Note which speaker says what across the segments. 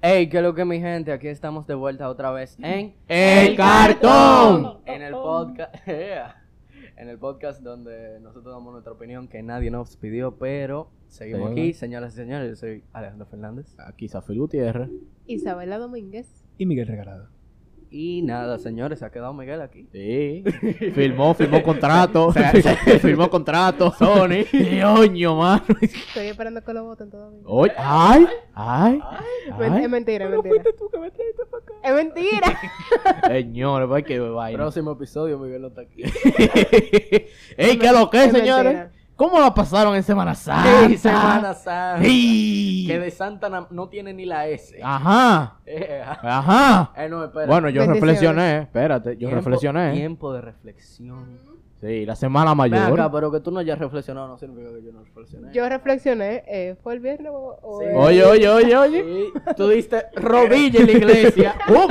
Speaker 1: Hey, ¿qué es lo que mi gente? Aquí estamos de vuelta otra vez en
Speaker 2: ¡El cartón!
Speaker 1: en el podcast Yeah. en el podcast donde nosotros damos nuestra opinión que nadie nos pidió, pero seguimos
Speaker 2: Seguimos.
Speaker 1: aquí, señoras y señores. Yo soy Alejandro Fernández
Speaker 2: Aquí Zafir Gutiérrez.
Speaker 3: Isabela Domínguez.
Speaker 4: y Miguel Regalado.
Speaker 1: y nada, señores, se ha quedado Miguel aquí.
Speaker 2: Sí. firmó, firmó contrato. firmó contrato. Sony. Ñoño, mano.
Speaker 3: Estoy esperando que lo voten todavía.
Speaker 2: Oye, ay, ay,
Speaker 3: Men-
Speaker 2: ay.
Speaker 3: es mentira, es mentira.
Speaker 4: tú que me trajiste para acá.
Speaker 3: Es mentira.
Speaker 2: Señores, pues que vaina.
Speaker 1: Próximo episodio, Miguel no está aquí.
Speaker 2: Ey, ¿qué lo que,
Speaker 3: Es
Speaker 2: señores?
Speaker 3: mentira.
Speaker 2: ¿Cómo la pasaron en Semana
Speaker 1: ¡Ay,
Speaker 2: Santa?
Speaker 1: Semana Santa!
Speaker 2: Sí.
Speaker 1: Que de Santa na- no tiene ni la S.
Speaker 2: Ajá,
Speaker 1: Eh,
Speaker 2: ajá.
Speaker 1: eh, no, espera.
Speaker 2: Bueno, yo
Speaker 3: Bendiciones.
Speaker 2: reflexioné, espérate, yo
Speaker 1: Tiempo-
Speaker 2: reflexioné.
Speaker 1: Tiempo de reflexión.
Speaker 2: Sí, la semana
Speaker 1: Ven acá,
Speaker 2: mayor.
Speaker 1: pero que tú no hayas reflexionado no significa que yo no reflexioné.
Speaker 3: Yo reflexioné, eh, ¿fue el viernes o, o
Speaker 1: Sí.
Speaker 3: el-
Speaker 2: Oye, oye, oye, oye.
Speaker 1: Sí, tú diste rodilla en la iglesia.
Speaker 2: Oh,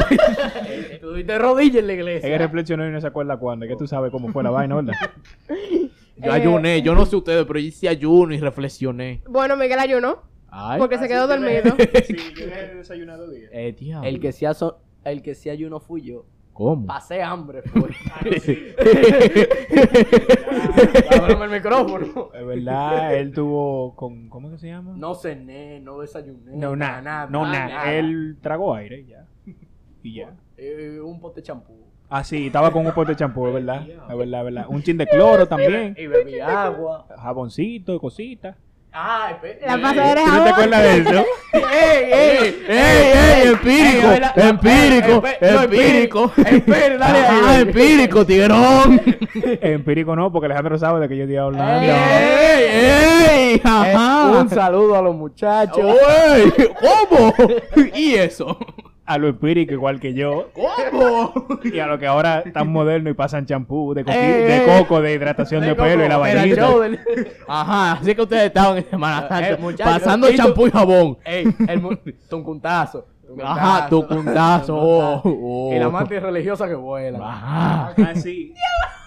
Speaker 1: tú diste rodilla en la
Speaker 4: Es que
Speaker 1: iglesia.
Speaker 4: reflexionó y no se acuerda cuándo. Es que tú sabes cómo fue la vaina, ¿verdad?
Speaker 2: Yo ayuné, yo no sé ustedes, pero yo hice ayuno y reflexioné.
Speaker 3: Bueno, Miguel ayunó
Speaker 2: Ay.
Speaker 3: porque se quedó dormido.
Speaker 4: sí, yo he desayunado día.
Speaker 2: Eh, diablo.
Speaker 1: El que sí aso- el que sí ayuno fui yo.
Speaker 2: ¿Cómo?
Speaker 1: Pasé hambre, fue.
Speaker 2: Ábreme
Speaker 1: el micrófono.
Speaker 4: Es verdad, él tuvo con... ¿Cómo que se llama?
Speaker 1: No cené, no desayuné.
Speaker 4: no, nada, No, nada. Él tragó aire y ya. Y ya.
Speaker 1: Eh, un pote de champú.
Speaker 4: Ah, sí, estaba con un pote de champú, es verdad. Es verdad, es verdad. Un chin de cloro también.
Speaker 1: Y bebí agua.
Speaker 4: Jaboncito, cositas.
Speaker 1: Ah, espera.
Speaker 3: La pasadera
Speaker 4: ¿Tú no te acuerdas de eso?
Speaker 1: ¡Ey, ey!
Speaker 2: ¡Ey, ey! ¡Empírico!
Speaker 1: Ey, la- la-
Speaker 2: ¡Empírico!
Speaker 1: eh, eh, no,
Speaker 2: ¡Empírico!
Speaker 1: Espera, dale
Speaker 2: ¡Ah,
Speaker 1: ahí.
Speaker 2: empírico, tigrón!
Speaker 4: Empírico no, porque Alejandro sabe de que yo estoy hablando.
Speaker 2: ¡Ey, ey! Ah.
Speaker 1: Eh,
Speaker 2: ¡Ajá!
Speaker 1: un saludo a los muchachos.
Speaker 2: ¡Ey! ¿Cómo? ¿Y eso?
Speaker 4: A lo empírico igual que yo.
Speaker 2: ¿Cómo?
Speaker 4: Y a lo que ahora tan moderno y pasan champú de, coqui-
Speaker 2: Ey,
Speaker 4: de
Speaker 2: ey.
Speaker 4: coco, de hidratación de, pelo y la
Speaker 1: Espera,
Speaker 4: vainita.
Speaker 1: yo del-
Speaker 2: Ajá, así que ustedes estaban en Semana Santa
Speaker 1: Eh, muchachos,
Speaker 2: pasando
Speaker 1: ¿y tú?
Speaker 2: champú y jabón.
Speaker 1: Ey, el mu- tuncuntazo.
Speaker 2: Ajá, tuncuntazo, oh, oh.
Speaker 1: Y la mantis religiosa que vuela.
Speaker 2: Ajá.
Speaker 4: Así.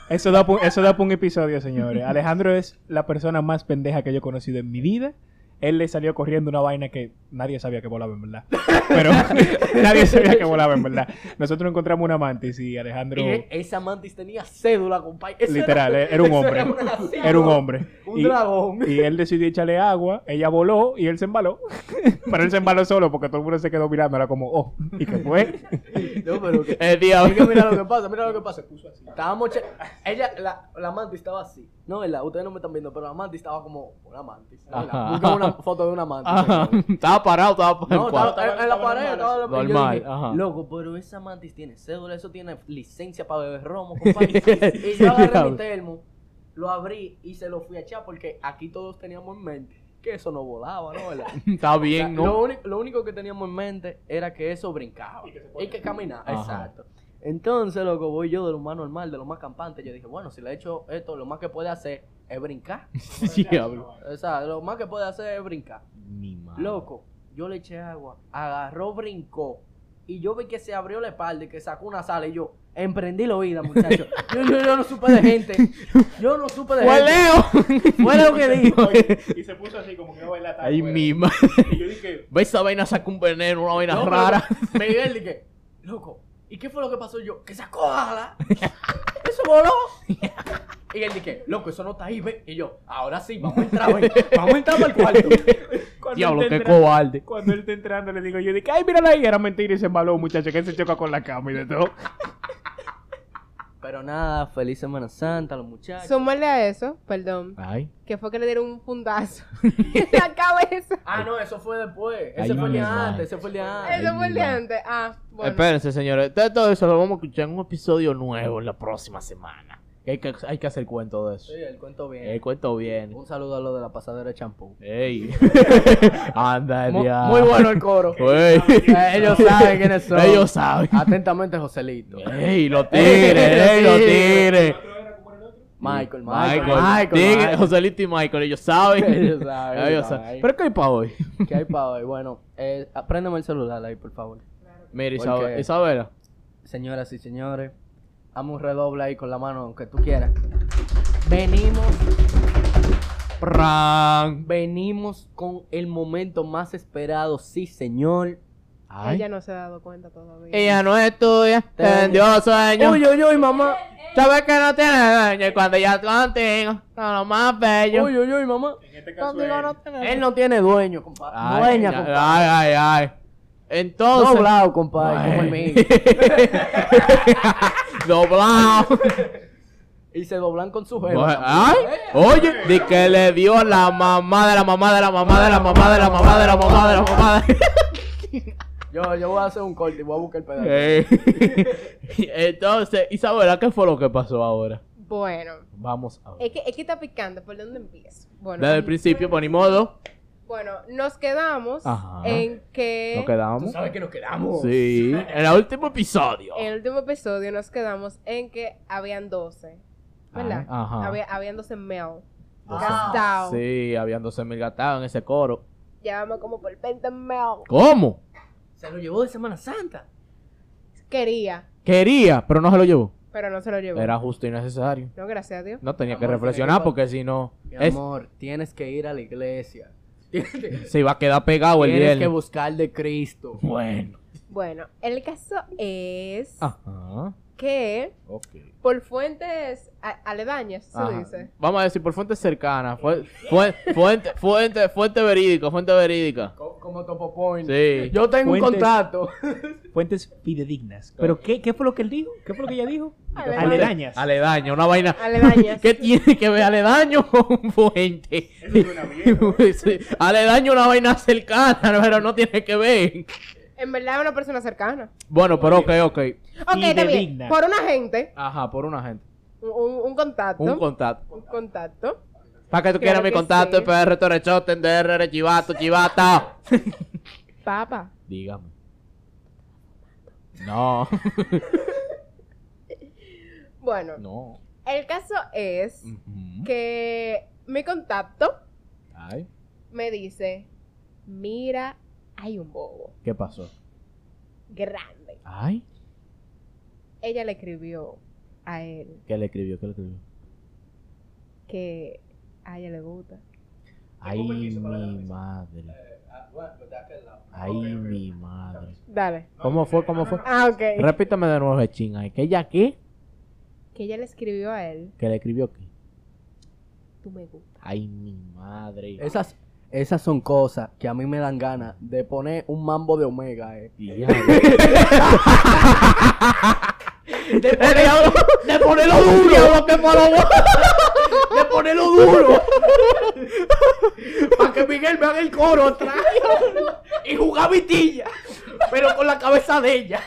Speaker 4: Eso da, pa- eso da para un episodio, señores. Alejandro es la persona más pendeja que yo he conocido en mi vida. Él le salió corriendo una vaina que nadie sabía que volaba, en verdad. Pero nadie sabía que volaba, en verdad. Nosotros encontramos una mantis y Alejandro,
Speaker 1: Y e- esa mantis tenía cédula, compadre. Eso
Speaker 4: literal, eh, era un
Speaker 1: eso
Speaker 4: hombre.
Speaker 1: una cédula,
Speaker 4: Era un hombre.
Speaker 1: Un
Speaker 4: Y-
Speaker 1: dragón.
Speaker 4: Y él decidió echarle agua, ella voló y él se embaló. Pero él se embaló solo porque todo el mundo se quedó mirándola como, oh, ¿y qué fue?
Speaker 1: No, pero que... Es
Speaker 2: El
Speaker 1: que
Speaker 2: Eh, diablo.
Speaker 1: mira lo que pasa, mira lo que pasa. Puso así. Estábamos... che- Ella, la, la mantis estaba así. No, la, ustedes no me están viendo, pero la mantis estaba como una mantis. ¿no?
Speaker 2: Ajá.
Speaker 1: Busca una foto de una mantis.
Speaker 2: Ajá.
Speaker 1: señor.
Speaker 2: Estaba parado, estaba parado.
Speaker 1: No,
Speaker 2: en cuatro.
Speaker 1: estaba, en la pared, estaba la
Speaker 2: normal,
Speaker 1: y yo dije,
Speaker 2: ajá.
Speaker 1: Loco, pero esa mantis tiene cédula, eso tiene licencia para beber romo, compadre. y yo agarré mi termo, lo abrí y se lo fui a echar porque aquí todos teníamos en mente que eso no volaba, ¿no? ¿Verdad?
Speaker 2: Está
Speaker 1: O sea,
Speaker 2: bien, ¿no?
Speaker 1: lo, único, lo único que teníamos en mente era que eso brincaba y que, caminaba.
Speaker 2: Ajá.
Speaker 1: Exacto. Entonces, loco, voy yo de lo más normal, de lo más campante. Yo dije, bueno, si le he hecho esto, lo más que puede hacer es brincar.
Speaker 2: Diablo.
Speaker 1: O sea, lo más que puede hacer es brincar.
Speaker 2: Mi madre.
Speaker 1: Loco, yo le eché agua, agarró, brincó. Y yo vi que se abrió la espalda y que sacó una sala. Y yo emprendí la vida, muchachos. Yo, yo- yo no supe de gente. Yo no supe de
Speaker 2: ¡Fue
Speaker 1: gente.
Speaker 2: Leo!
Speaker 1: Fue lo que dijo.
Speaker 4: Y se puso así como que "Oh, no baila
Speaker 2: Ay, mi madre.
Speaker 4: Y yo dije,
Speaker 2: ¿Ves esa vaina? Sacó un veneno, una vaina
Speaker 1: No, pero
Speaker 2: rara.
Speaker 1: Miguel dije, loco, ¿y qué fue lo que pasó? Y Yo, que sacó ala. Eso voló. Y él dije, loco, eso no está ahí, ve. Y yo, ahora sí, vamos a entrar, ven. Vamos a entrar para el cuarto.
Speaker 4: cuando
Speaker 2: Diablo,
Speaker 4: él
Speaker 2: qué
Speaker 4: te entra-
Speaker 2: cobarde.
Speaker 4: Cuando él está entrando le digo yo, dije, ay, mírala ahí, era mentira y se embaló, muchacho, que él se choca con la cama y de todo.
Speaker 1: Pero nada, feliz Semana Santa, los muchachos.
Speaker 3: Súmale a eso, perdón,
Speaker 2: Ay.
Speaker 3: que fue que le dieron un fundazo en la cabeza.
Speaker 1: Ah, no, eso fue después. Ese
Speaker 2: Ay,
Speaker 1: fue el
Speaker 2: mi
Speaker 1: día
Speaker 2: madre.
Speaker 1: antes, ese fue el día antes.
Speaker 3: Eso fue el de
Speaker 2: mira.
Speaker 3: antes. Ah, bueno.
Speaker 2: Espérense, señores. Ustedes Todo eso lo vamos a escuchar en un episodio nuevo en la próxima semana. Hay que, hay que hacer cuento de eso.
Speaker 1: Sí, el cuento bien.
Speaker 2: El cuento bien.
Speaker 1: Un saludo a lo de la pasadera de champú.
Speaker 2: Ey. Anda, el
Speaker 1: Mu-
Speaker 2: diablo.
Speaker 1: Muy bueno el coro.
Speaker 2: Ey.
Speaker 1: Eh, Ellos saben quiénes son. Ah.
Speaker 2: Ellos saben.
Speaker 1: Atentamente, Joselito.
Speaker 2: Ey, los tigres, ey, los tigres.
Speaker 1: Michael, Michael.
Speaker 2: Michael,
Speaker 1: Michael,
Speaker 2: Tigre,
Speaker 1: Michael.
Speaker 2: Joselito y Michael, ellos saben.
Speaker 1: Ellos saben,
Speaker 2: Ellos
Speaker 1: ellos
Speaker 2: saben.
Speaker 1: saben.
Speaker 2: Pero ¿qué hay para hoy?
Speaker 1: ¿Qué hay para hoy? Bueno, eh, apréndame el celular ahí, por favor.
Speaker 2: Mira,
Speaker 1: ¿Por
Speaker 2: Isabel-
Speaker 1: qué?
Speaker 2: Isabela.
Speaker 1: Señoras y señores, hazme un redoble ahí con la mano, aunque tú quieras. Venimos,
Speaker 2: Pran.
Speaker 1: venimos con el momento más esperado, sí, señor.
Speaker 2: Ay.
Speaker 3: Ella no se ha dado cuenta todavía.
Speaker 2: Ella no estudia, tendió sueño.
Speaker 1: Uy, uy, uy, mamá.
Speaker 2: Sabes que no tiene daño y cuando ya contigo, son los más bellos.
Speaker 1: Uy, uy, uy, mamá.
Speaker 4: En este
Speaker 2: Contigo no tiene
Speaker 1: Él no tiene dueño, compadre.
Speaker 2: Ay,
Speaker 1: Dueña,
Speaker 2: ay,
Speaker 1: compadre.
Speaker 2: ay, ay. Entonces.
Speaker 1: Doblado, compadre, como el
Speaker 2: Ay.
Speaker 1: mío.
Speaker 2: Doblado.
Speaker 1: Y se doblan con su
Speaker 2: Bueno,
Speaker 1: jeva.
Speaker 2: ay, oye, de que le dio la mamá de la mamá de la mamá de la mamá de la mamá de la mamá de la mamá de
Speaker 1: Yo, yo voy a hacer un corte y voy a buscar el pedazo.
Speaker 2: Eh, Entonces, Isabela, ¿qué fue lo que pasó ahora?
Speaker 3: Bueno,
Speaker 2: Vamos a ver.
Speaker 3: es que, es que está picante. ¿Por dónde empiezo? Bueno, mm,
Speaker 2: Desde el principio, por ni modo.
Speaker 3: bueno nos quedamos
Speaker 2: Ajá.
Speaker 3: en que...
Speaker 2: Nos quedamos.
Speaker 1: sabes que nos quedamos?
Speaker 2: Sí, en el último episodio.
Speaker 3: En el último episodio nos quedamos en que habían 12. ¿Verdad?
Speaker 2: Ay, ajá.
Speaker 3: Había- habían 12 mel.
Speaker 1: Doce.
Speaker 3: Gastado.
Speaker 2: ah. Sí, habían 12 mil gastados en ese coro.
Speaker 3: Llevamos como por 20 mel.
Speaker 2: ¿Cómo?
Speaker 1: Se lo llevó de Semana Santa.
Speaker 3: Quería,
Speaker 2: Quería, pero no se lo llevó.
Speaker 3: pero no se lo llevó.
Speaker 2: Era justo y necesario.
Speaker 3: No, gracias a Dios.
Speaker 2: No tenía que
Speaker 1: Amor,
Speaker 2: reflexionar
Speaker 1: tenía que-
Speaker 2: porque si no,
Speaker 1: Mi
Speaker 2: es-
Speaker 1: amor, tienes que ir a la iglesia. Tienes que-
Speaker 2: se iba a quedar pegado el
Speaker 1: tienes que
Speaker 2: viernes.
Speaker 1: buscar de Cristo.
Speaker 2: Bueno.
Speaker 3: Bueno, el caso es
Speaker 2: Ajá.
Speaker 3: que
Speaker 2: Ah. Ok.
Speaker 3: por fuentes a- aledañas, se
Speaker 2: Ajá.
Speaker 3: dice.
Speaker 2: Vamos a decir por fuentes cercanas. Fuente, fuente, fuente, fuente, verídica, fuente verídica.
Speaker 1: Co- Como Topo Point.
Speaker 2: Sí.
Speaker 1: Yo tengo un
Speaker 4: Fuentes.
Speaker 1: contrato.
Speaker 4: Fuentes fidedignas. ¿Pero qué, qué fue lo que él dijo? ¿Qué fue lo que ella dijo?
Speaker 3: Aledañas.
Speaker 4: Aledañas.
Speaker 2: Aledaño, una vaina.
Speaker 3: Aledañas.
Speaker 2: ¿Qué tiene que ver aledaño con fuente? Sí, Aledaño una vaina cercana, pero no tiene que ver.
Speaker 3: En verdad es una persona cercana.
Speaker 2: Bueno, pero ok, ok.
Speaker 3: Ok, está bien.
Speaker 4: Fidedigna.
Speaker 3: Por una gente,
Speaker 2: Ajá, por una gente.
Speaker 3: un, un- un contacto.
Speaker 2: Un contacto.
Speaker 3: un contacto.
Speaker 2: ¿Para que tú quieras
Speaker 3: Claro
Speaker 2: mi
Speaker 3: que
Speaker 2: contacto?
Speaker 3: sí.
Speaker 2: PR, Torrechote, DR, Chivato, Chivata.
Speaker 3: Papa.
Speaker 2: Dígame. No,
Speaker 3: Bueno,
Speaker 2: no. Mm.
Speaker 3: el caso es
Speaker 2: Ujú.
Speaker 3: que mi contacto
Speaker 2: Ay,
Speaker 3: me dice, mira, hay un bobo
Speaker 2: ¿qué pasó?
Speaker 3: grande.
Speaker 2: Ay,
Speaker 3: Ella le escribió a él
Speaker 2: ¿qué le escribió? ¿Qué le escribió?
Speaker 3: que a ella le gusta.
Speaker 2: Ay, mi madre. Ay, mi madre.
Speaker 3: Dale.
Speaker 2: ¿Cómo fue? ¿Cómo fue?
Speaker 3: Ah, ok.
Speaker 2: Repítame de nuevo, ching. Ay, ¿que ella qué?
Speaker 3: Que ella le escribió a él,
Speaker 2: ¿Que le escribió qué?
Speaker 3: tú me gustas.
Speaker 2: Ay, mi madre.
Speaker 1: Esas, esas son cosas que a mí me dan ganas de poner un mambo de Omega, eh.
Speaker 2: Diablo. El diablo, De ponerlo duro. Diablo, qué malo.
Speaker 1: ¡De ponerlo duro! Para que Miguel me haga el coro atrás y jugar vitilla, pero con la cabeza de ella.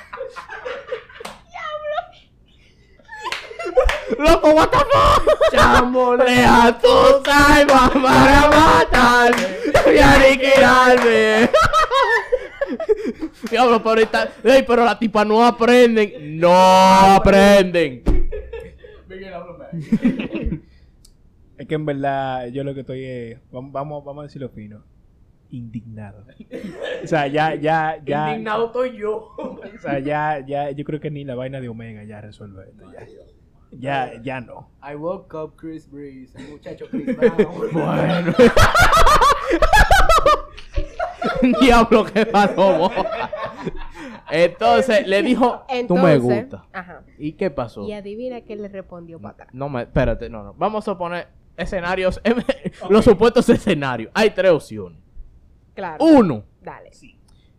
Speaker 2: Loco, what the fuck. Chamole a tus almas para matar y aniquilarme. Diablo, pero ahorita. Ey, pero la tipa no aprenden. No aprenden.
Speaker 1: Miguel, háblame.
Speaker 4: Es que en verdad yo lo que estoy es, vam- vamos, vamos a decirlo fino, indignado. O sea, ya, ya, ya.
Speaker 1: Indignado estoy yo.
Speaker 4: O sea, ya, ya, yo creo que ni la vaina de Omega ya resuelve esto. Ya, ya, ya no.
Speaker 1: I woke up Chris Breeze, el muchacho Chris Brown.
Speaker 2: Bueno. Diablo, qué pasó, boba. Entonces, le dijo, tú me
Speaker 3: Entonces,
Speaker 2: gusta.
Speaker 3: Ajá.
Speaker 2: ¿Y qué pasó?
Speaker 3: Y adivina que le respondió para atrás.
Speaker 2: No me, espérate, no, no. Vamos a poner escenarios, los supuestos escenarios. Hay tres opciones.
Speaker 3: Claro.
Speaker 2: Uno,
Speaker 3: Dale.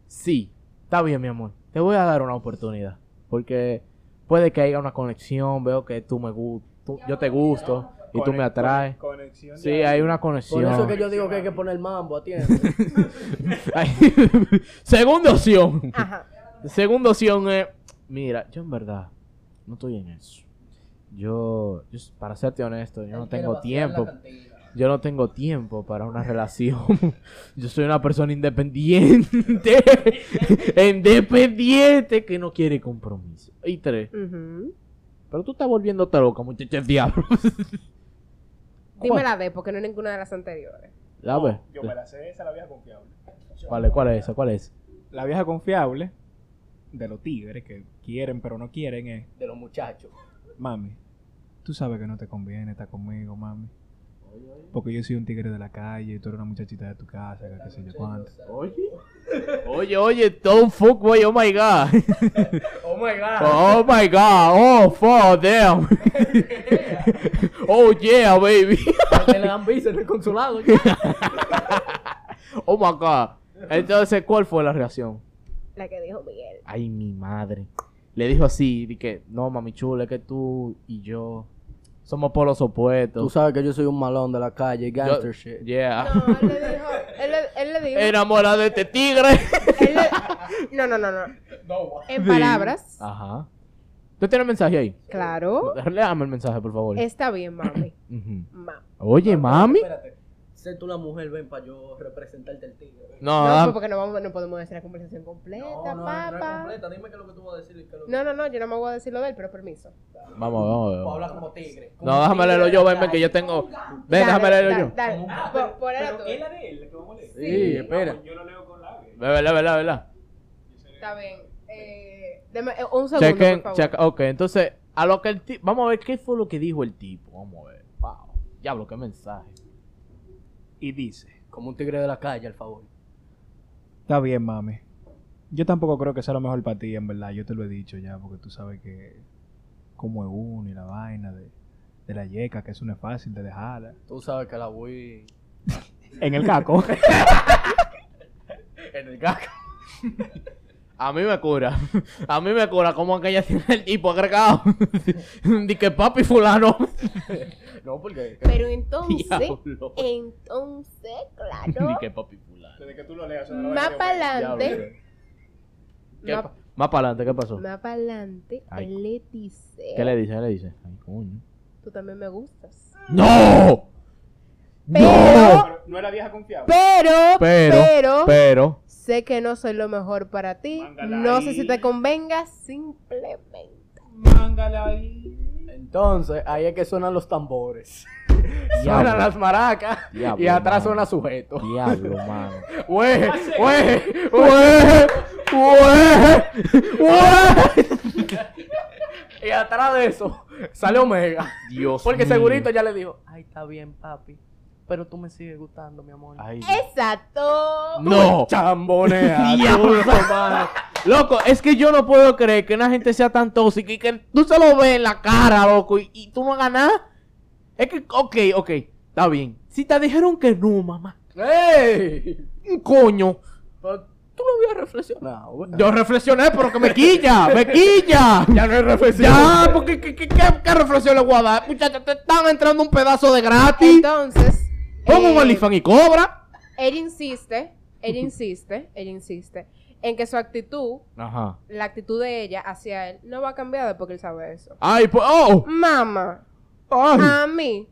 Speaker 2: sí, está bien, mi amor. Te voy a dar una oportunidad. Porque puede que haya una conexión, veo que tú me gustas, yo te gusto y tú me atraes.
Speaker 4: Conexión.
Speaker 2: Sí, hay una conexión.
Speaker 1: Por eso que yo digo que hay que poner mambo, atiende.
Speaker 2: Ay, Segunda opción.
Speaker 3: Ah. Ajá.
Speaker 2: Segunda opción es, mira, yo en verdad no estoy en eso. Yo, yo s- para serte honesto, yo no tengo tiempo. Yo no tengo tiempo para una relación. Yo soy una persona independiente. independiente que no quiere compromiso. Y tres.
Speaker 3: Ujú.
Speaker 2: Pero tú estás volviéndote loca, muchacha el diablo.
Speaker 3: Dime la D, porque no es ninguna de las anteriores.
Speaker 2: La ve.
Speaker 4: la sé, esa la vieja confiable.
Speaker 2: ¿Cuál es? ¿Cuál es esa? ¿Cuál es?
Speaker 4: La vieja confiable de los tigres que quieren pero no quieren es,
Speaker 1: De los muchachos.
Speaker 4: mami, tú sabes que no te conviene estar conmigo, mami. Porque yo soy un tigre de la calle, tú eres una muchachita de tu casa, que qué sé yo cuánto.
Speaker 2: Oye. Oye, oye, don't fuck boy, oh my god.
Speaker 1: Oh my god.
Speaker 2: Oh my god, oh fuck, damn. Oh yeah, baby.
Speaker 1: Te le dan visa en el consulado.
Speaker 2: Oh my god. Entonces, ¿cuál fue la reacción?
Speaker 3: La que dijo Miguel.
Speaker 2: Ay, mi madre. Le dijo así, de que, no, mami chula, es que tú y yo somos polos
Speaker 1: Tú
Speaker 2: opuestos.
Speaker 1: sabes que yo soy un malón de la calle, gangster shit.
Speaker 2: Yeah.
Speaker 3: No, él le dijo. Él le, él le dijo.
Speaker 2: Enamorada de este tigre.
Speaker 3: él le- no, no, no, no. Ah. En palabras.
Speaker 2: Ajá. ¿Tú tienes mensaje ahí?
Speaker 3: Claro.
Speaker 2: Léame el mensaje, por favor.
Speaker 3: Está bien, mami.
Speaker 2: Ujú.
Speaker 3: Ma-
Speaker 2: Oye, mami.
Speaker 1: Espérate. Sé tú la mujer, ven para yo representarte el tigre.
Speaker 2: No,
Speaker 3: No,
Speaker 2: da-
Speaker 3: pues porque no, vamos, no podemos decir la conversación completa, papá.
Speaker 1: Dime qué es lo que tú vas a decir.
Speaker 3: No, no, no, yo no me voy a decir lo de él, pero permiso.
Speaker 2: vamos, vamos,
Speaker 1: O
Speaker 2: vamos.
Speaker 1: habla como tigre.
Speaker 2: No, déjame leerlo yo, ven, ven, que yo tengo. Ven, déjame
Speaker 3: Dale,
Speaker 2: leerlo yo.
Speaker 3: da- dale, po- ponelo tú.
Speaker 4: de Ah, él, que vamos a leer.
Speaker 1: Sí, sí, espera.
Speaker 4: Yo lo leo con la
Speaker 2: Ve, ve, ve, ve, ve.
Speaker 3: Está bien. Eh, deme eh, un segundo,
Speaker 2: Chequen,
Speaker 3: por favor.
Speaker 2: checa. Ok, entonces, a lo que el tipo. Vamos a ver qué fue lo que dijo el tipo. Vamos a ver. Wow. Diablo, qué mensaje.
Speaker 4: Y dice.
Speaker 1: Como un tigre de la calle, al favor.
Speaker 4: Está bien, mami. Yo tampoco creo que sea lo mejor para ti, en verdad. Yo te lo he dicho ya, porque tú sabes que como es uno y la vaina de, de la yeca, que eso no es fácil de dejarla.
Speaker 1: Tú sabes que la voy
Speaker 4: En el caco.
Speaker 1: en el gaco.
Speaker 2: A mí me cura. A mí me cura. ¿Cómo aquella tiene el tipo agregado? Di que papi fulano.
Speaker 1: No, porque.
Speaker 3: Pero entonces,
Speaker 2: Diablo.
Speaker 3: entonces,
Speaker 2: Di
Speaker 3: claro,
Speaker 2: que papi fulano.
Speaker 4: Desde que tú lo leas.
Speaker 3: más para
Speaker 2: Diablo.
Speaker 3: adelante,
Speaker 2: ¿Qué
Speaker 3: más-
Speaker 2: pa- Más para adelante, ¿qué pasó?
Speaker 3: más para adelante,
Speaker 2: Ay.
Speaker 3: él le dice,
Speaker 2: ¿Qué le dice? ¿Qué le dice? Ay, coño.
Speaker 3: tú también me gustas.
Speaker 2: ¡No! ¡No!
Speaker 3: Pero,
Speaker 4: no era vieja confiable.
Speaker 3: pero,
Speaker 2: Pero,
Speaker 3: pero,
Speaker 2: pero.
Speaker 3: sé que no soy lo mejor para ti,
Speaker 4: Mándala
Speaker 3: no
Speaker 4: ahí.
Speaker 3: sé si te convenga, simplemente.
Speaker 4: Mángala ahí.
Speaker 1: Entonces, ahí es que suenan los tambores.
Speaker 2: Diablo.
Speaker 1: Suenan las maracas.
Speaker 2: Diablo,
Speaker 1: y atrás
Speaker 2: mano.
Speaker 1: suena sujeto.
Speaker 2: Diablo, mano.
Speaker 1: Güey, güey,
Speaker 2: ¡Ué! ¡Ué! ¡Ué!
Speaker 1: Y atrás de eso sale Omega.
Speaker 2: Dios
Speaker 1: Porque
Speaker 2: mío.
Speaker 1: segurito ya le dijo, ay, está bien, papi. Pero tú me sigues gustando, mi amor.
Speaker 2: Ay,
Speaker 3: Exacto.
Speaker 2: ¡No!
Speaker 1: Chambonea.
Speaker 2: Diablo.
Speaker 1: tú, mano.
Speaker 2: Loco, es que yo no puedo creer que una gente sea tan tóxica y que tú se lo ves en la cara, loco, y, y tú no hagas nada. Es que, ok, ok, está bien. Si te dijeron que no, mamá,
Speaker 1: ¡Ey!
Speaker 2: un coño.
Speaker 1: Pero Tú no habías reflexionado, güey.
Speaker 2: Yo reflexioné, pero que me quilla, me quilla.
Speaker 1: Ya no hay reflexión.
Speaker 2: Ya, porque ¿qué, qué, qué- qué reflexión le voy a dar? Muchachos, te están entrando un pedazo de gratis.
Speaker 3: Entonces,
Speaker 2: Pongo un
Speaker 3: eh,
Speaker 2: olifán y cobra.
Speaker 3: Él insiste, él insiste, él insiste en que su actitud,
Speaker 2: Ajá.
Speaker 3: la actitud de ella hacia él, no va a cambiar después que él sabe eso.
Speaker 2: Ay, pues, oh,
Speaker 3: Mamá,
Speaker 2: ay.
Speaker 3: a mí,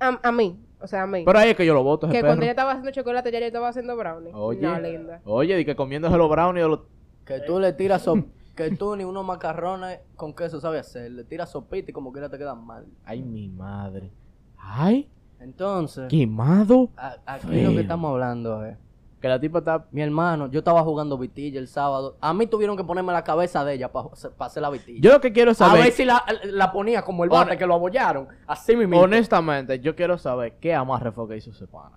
Speaker 3: a, a mí, o sea, a mí,
Speaker 2: Pero ahí es que yo lo voto, ese
Speaker 3: que cuando
Speaker 2: perro.
Speaker 3: ella estaba haciendo chocolate, ya yo estaba haciendo brownie.
Speaker 2: Oye.
Speaker 3: No, linda.
Speaker 2: Oye, di que comiéndose los brownies de los...
Speaker 1: Que tú le tiras sop- que tú ni unos macarrones con queso sabes hacer, le tiras sopita y como quiera te quedan mal.
Speaker 2: Ay, mi madre. Ay,
Speaker 1: Entonces,
Speaker 2: quemado.
Speaker 1: a- aquí lo
Speaker 2: Feo.
Speaker 1: que estamos hablando es,
Speaker 2: Que la tipa está...
Speaker 1: mi hermano, yo estaba jugando vitilla el sábado, a mí tuvieron que ponerme la cabeza de ella para hacer la vitilla.
Speaker 2: Yo lo que quiero
Speaker 1: a
Speaker 2: saber...
Speaker 1: ver si la, la ponía como el bate
Speaker 2: Hone-
Speaker 1: que lo abollaron, así mismo.
Speaker 2: Honestamente, yo quiero saber qué amarre fue que hizo ese pana.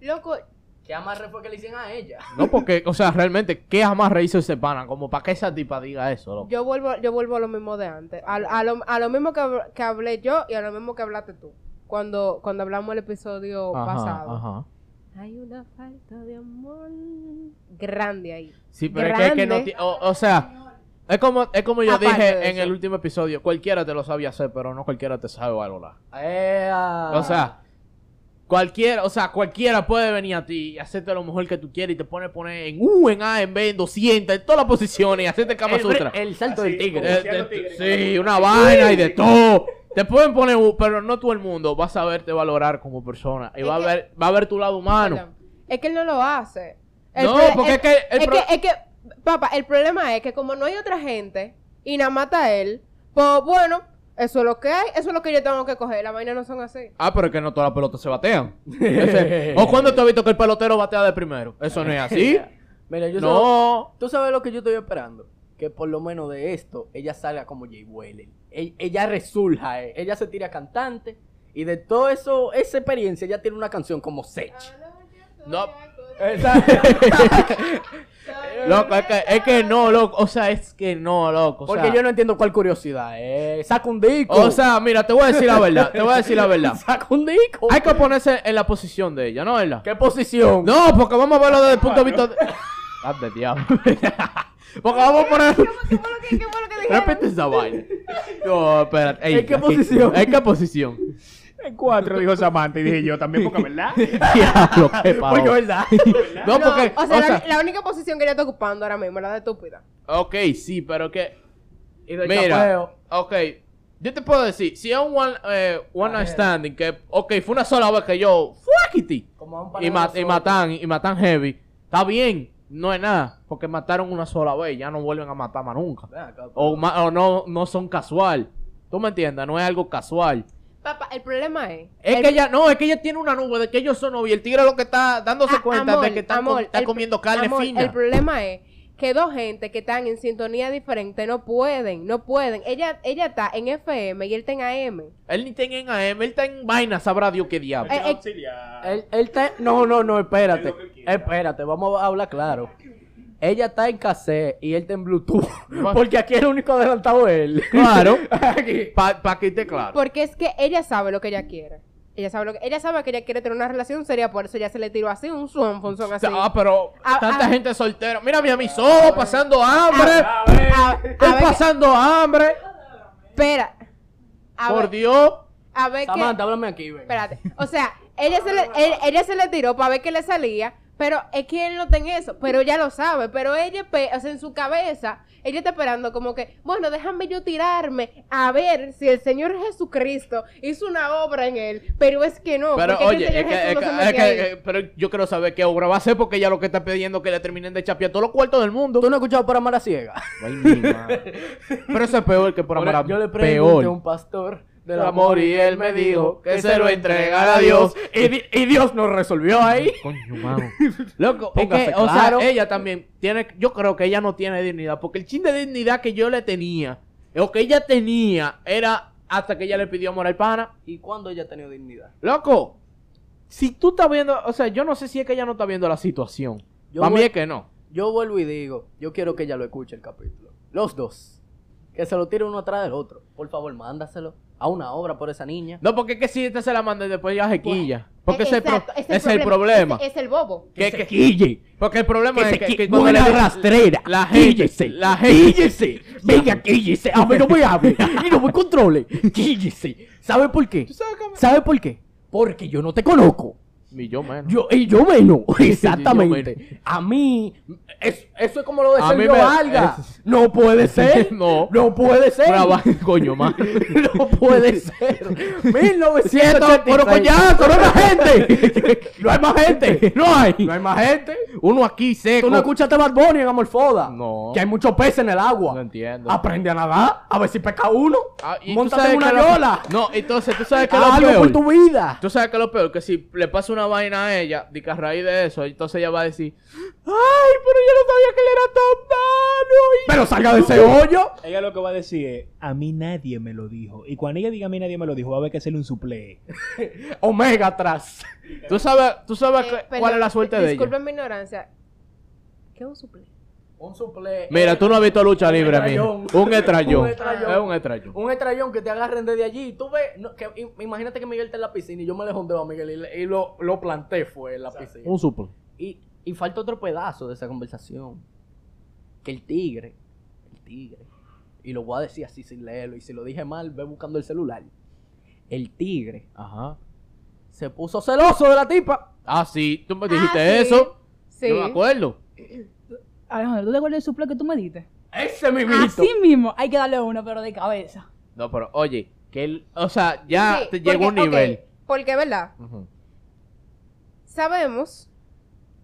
Speaker 3: Loco,
Speaker 1: ¿Qué amarre fue que le hicieron a ella?
Speaker 2: No porque, o sea, realmente, ¿qué amarre hizo ese pana? Como para que esa tipa diga eso, loco.
Speaker 3: yo vuelvo, yo vuelvo a lo mismo de antes, a, a lo, a lo mismo que, hab- que hablé yo y a lo mismo que hablaste tú, cuando, cuando hablamos el episodio
Speaker 2: Ajá,
Speaker 3: pasado.
Speaker 2: ajá.
Speaker 3: Hay una falta de amor grande ahí.
Speaker 2: Sí, pero es que- es que, no
Speaker 3: Grande.
Speaker 2: ti- o, o sea, es como, es como yo
Speaker 3: Aparte
Speaker 2: dije
Speaker 3: de
Speaker 2: en
Speaker 3: eso.
Speaker 2: el último episodio, cualquiera te lo sabía hacer, pero no cualquiera te sabe valorar.
Speaker 1: Ea.
Speaker 2: O sea, cualquiera, o sea, cualquiera puede venir a ti y hacerte lo mejor que tú quieres y te pone a poner en U, en A, en B, en 200, en todas las posiciones y hacerte Kama
Speaker 1: el,
Speaker 2: Sutra.
Speaker 1: el salto
Speaker 4: Así
Speaker 1: del tigre.
Speaker 2: Eh,
Speaker 4: como- Luciano
Speaker 2: de-
Speaker 4: Tigre.
Speaker 2: sí, una vaina y de todo. Te pueden poner, U, pero no todo el mundo va a saberte valorar como persona y
Speaker 3: Es
Speaker 2: va a
Speaker 3: que-
Speaker 2: ver, va a ver tu lado humano.
Speaker 3: Perdón. Es que él no lo hace.
Speaker 2: No, porque es que el
Speaker 3: es,
Speaker 2: pro-
Speaker 3: que, es que, papá, el problema es que como no hay otra gente y nada mata él, pues bueno, eso es lo que hay, eso es lo que yo tengo que coger. Las vainas no son así.
Speaker 2: Ah, pero es que no todas las pelotas se batean. Ese- o cuando tú has visto que el pelotero batea de primero. Eso no es así.
Speaker 1: Mira, yo solo-
Speaker 2: No.
Speaker 1: ¿Tú sabes lo que yo estoy esperando? Que por lo menos de esto, ella salga como Jay Weller. E- Ella, resurja, eh. ella se tira cantante Y de todo eso, esa experiencia, ella tiene una canción como Sech.
Speaker 2: No. Loco, es que, es que no, loco. O sea, es que no, loco. O
Speaker 1: Porque
Speaker 2: sea,
Speaker 1: yo no entiendo cuál curiosidad es. Saca un disco.
Speaker 2: O sea, mira, te voy a decir la verdad. Te voy a decir la verdad.
Speaker 1: saca un disco.
Speaker 2: Hay que ponerse en la posición de ella, ¿no? ¿Verdad?
Speaker 1: ¿Qué posición?
Speaker 2: No, porque vamos a verlo desde el punto de vista de. Ande, diablo. porque vamos a poner.
Speaker 3: ¿Qué fue lo que, qué fue lo que dijeron?
Speaker 2: Repite esa vaina. No, espérate. Ey,
Speaker 1: ¿En qué
Speaker 2: aquí-
Speaker 1: posición?
Speaker 2: ¿En qué posición?
Speaker 4: En cuatro, dijo Samantha. Y dije yo también, porque verdad.
Speaker 2: Diablo, qué pavo.
Speaker 1: Porque verdad.
Speaker 2: No,
Speaker 3: No,
Speaker 2: porque.
Speaker 3: o sea, la, la única posición que ella está ocupando ahora mismo es la de estúpida.
Speaker 2: Ok, sí, pero que.
Speaker 1: Y del
Speaker 3: oh.
Speaker 2: Mira,
Speaker 1: chapeo.
Speaker 2: ok. Yo te puedo decir, si es un one, eh, one night
Speaker 1: Ajá.
Speaker 2: standing, que, ok, fue una sola vez que yo, fuckity,
Speaker 1: Como a un par
Speaker 2: y,
Speaker 1: de
Speaker 2: ma- y
Speaker 1: nosotros.
Speaker 2: matan, y matan heavy, está bien, no es nada, porque mataron una sola vez, ya no vuelven a matar más nunca.
Speaker 1: Ven acá,
Speaker 2: O, ma- o no, no son casual, tú me entiendes, no es algo casual.
Speaker 3: Papá, el problema es.
Speaker 2: Es
Speaker 3: el-
Speaker 2: que ella, no, es que ella tiene una nube de que ellos son novios, el tigre lo que está dándose
Speaker 3: Ah,
Speaker 2: cuenta
Speaker 3: amor,
Speaker 2: de que está,
Speaker 3: amor, el-
Speaker 2: comiendo carne
Speaker 3: amor,
Speaker 2: fina.
Speaker 3: El problema es que dos gente que están en sintonía diferente no pueden, no pueden. Ella, ella está en FM y él está en AM.
Speaker 2: Él ni está en AM, él está en vaina, sabrá Dios qué diablo.
Speaker 3: Eh, eh,
Speaker 1: Él, él está... No, no, no, espérate.
Speaker 4: Es lo que quiera.
Speaker 1: Espérate, vamos a hablar claro. Ella está en cassette y él está en Bluetooth.
Speaker 2: Bueno.
Speaker 1: Porque aquí el único adelantado es él.
Speaker 2: Claro.
Speaker 1: Aquí.
Speaker 2: Para que esté claro.
Speaker 3: Porque es que ella sabe lo que ella quiere. Ella sabe, lo que, ella sabe que ella quiere tener una relación seria, por eso ella se le tiró así, un zoom, un zoom así.
Speaker 2: Ah, pero
Speaker 3: A-
Speaker 2: tanta
Speaker 3: a-
Speaker 2: gente soltera. Mira, mi amigo, pasando hambre.
Speaker 3: A- a
Speaker 2: Estoy
Speaker 3: ver que-
Speaker 2: pasando hambre.
Speaker 3: Espera. A
Speaker 2: Por
Speaker 3: ver-
Speaker 2: Dios.
Speaker 3: A ver qué.
Speaker 1: Samantha, háblame aquí, ven.
Speaker 3: Espérate. O sea, ella se le, él- ella se le tiró para ver qué le salía. Pero es que él no tiene eso. Pero ella lo sabe. Pero ella, pe- o sea, en su cabeza, ella está esperando como que, bueno, déjame yo tirarme a ver si el Señor Jesucristo hizo una obra en él. Pero es que no.
Speaker 2: Pero
Speaker 3: porque el
Speaker 2: oye,
Speaker 3: Señor
Speaker 2: es que, es
Speaker 3: Jesús no se
Speaker 2: que- es
Speaker 3: metió ahí.
Speaker 2: que- eh, pero yo quiero saber qué obra va a ser porque ella lo que está pidiendo es que le terminen de chapear todos los cuartos del mundo.
Speaker 1: ¿Tú no has escuchado por amar a ciega?
Speaker 2: pero eso es peor que por amor a
Speaker 1: Yo le pregunté
Speaker 2: peor.
Speaker 1: a un pastor del
Speaker 2: Por amor y él me dijo que se lo entregara a Dios.
Speaker 1: Y, di- y Dios nos resolvió ahí.
Speaker 2: Coño, mano. Loco, es
Speaker 1: Póngase
Speaker 2: que, o sea,
Speaker 1: claro.
Speaker 2: ella también tiene, yo creo que ella no tiene dignidad, porque el chin de dignidad que yo le tenía, o que ella tenía, era hasta que ella le pidió amor al pana.
Speaker 1: ¿Y cuándo ella ha tenido dignidad?
Speaker 2: Loco, si tú estás viendo, o sea, yo no sé si es que ella no está viendo la situación.
Speaker 1: Yo
Speaker 2: Para mí
Speaker 1: voy-
Speaker 2: es que no.
Speaker 1: Yo vuelvo y digo, yo quiero que ella lo escuche el capítulo. Los dos. Que se lo tire uno atrás del otro. Por favor, mándaselo a una obra por esa niña.
Speaker 2: No, porque es que si esta se la manda y después ya se quilla. Porque
Speaker 3: Eh,
Speaker 2: e- ese, pro-
Speaker 3: exacto,
Speaker 2: ese
Speaker 3: ese
Speaker 2: es el problema.
Speaker 3: Ese- Es, el bobo.
Speaker 2: Que, que- Porque el problema es que, que cuando le
Speaker 1: rastrera.
Speaker 2: la gente, la gente,
Speaker 1: Quíllese. Venga, quíllese. A mí no me hable. Y no me controle. Quíllese. ¿Sabe por qué? ¿Sabe por qué? Porque yo no te conozco.
Speaker 2: Y yo menos.
Speaker 1: Yo, y yo menos,
Speaker 2: Yo
Speaker 1: exactamente. A mí, es- eso es como lo de
Speaker 2: A mí
Speaker 1: Sergio
Speaker 2: me-
Speaker 1: Valga.
Speaker 2: es-
Speaker 1: No puede ser.
Speaker 2: No.
Speaker 1: No puede ser.
Speaker 2: Brava, coño, más.
Speaker 1: No puede ser. 1900
Speaker 2: Siento, pero coñazo, no hay más gente.
Speaker 1: No hay más gente.
Speaker 2: No hay.
Speaker 1: No hay más gente.
Speaker 2: Uno aquí seco.
Speaker 1: Tú no escuchaste Bad Bunny en Amorfoda.
Speaker 2: No.
Speaker 1: Que hay muchos peces en el agua.
Speaker 2: No entiendo.
Speaker 1: Aprende a nadar, a ver si pesca uno.
Speaker 2: Ah, y tú
Speaker 1: Montate
Speaker 2: sabes
Speaker 1: en una
Speaker 2: que lo-
Speaker 1: yola.
Speaker 2: No, entonces tú sabes que
Speaker 1: Haz
Speaker 2: lo
Speaker 1: algo por
Speaker 2: peor.
Speaker 1: tu vida.
Speaker 2: Tú sabes que lo peor, que si le pasa una vaina a ella, de que a raíz de eso, entonces ella va a decir, ay, pero yo no sabía que él era tan malo.
Speaker 1: Pero salga de ese hoyo.
Speaker 4: Ella lo que va a decir es: A mí nadie me lo dijo. Y cuando ella diga a mí nadie me lo dijo, va a haber que hacerle un suple.
Speaker 1: Omega atrás.
Speaker 2: Tú sabes, tú sabes
Speaker 3: Eh,
Speaker 2: que-
Speaker 3: perdón,
Speaker 2: cuál es la suerte de ella.
Speaker 3: Disculpen mi ignorancia. ¿Qué es un suple?
Speaker 1: Un suple.
Speaker 2: Mira, tú no Eh, has visto lucha libre, mijo.
Speaker 1: estrellón.
Speaker 2: Un estrellón.
Speaker 1: Un
Speaker 2: Es
Speaker 1: estrellón.
Speaker 2: un estrellón.
Speaker 1: Un estrellón que te agarren desde allí. Tú ves, no, que, im- imagínate que Miguel está en la piscina y yo me le jondeo a Miguel y, le- y lo, lo planté fue en la piscina.
Speaker 2: Un suple.
Speaker 1: Y, y falta otro pedazo de esa conversación. Que el tigre, el tigre, y lo voy a decir así sin leerlo, y si lo dije mal, ve buscando el celular. El tigre
Speaker 2: Ajá.
Speaker 1: se puso celoso de la tipa.
Speaker 2: Ah, sí, tú me
Speaker 3: Ah,
Speaker 2: dijiste
Speaker 3: sí.
Speaker 2: eso.
Speaker 3: Sí.
Speaker 2: Yo me acuerdo.
Speaker 5: Alejandro, ¿tú te acuerdas del suple que tú me diste?
Speaker 1: Ese
Speaker 3: Ah.
Speaker 1: mimito.
Speaker 5: Así mismo, hay que darle uno, pero de cabeza.
Speaker 2: No, pero oye, que él, o sea, ya
Speaker 3: Sí,
Speaker 2: te llegó un
Speaker 3: porque- ok,
Speaker 2: nivel.
Speaker 3: porque, ¿verdad?
Speaker 2: Ujú.
Speaker 3: sabemos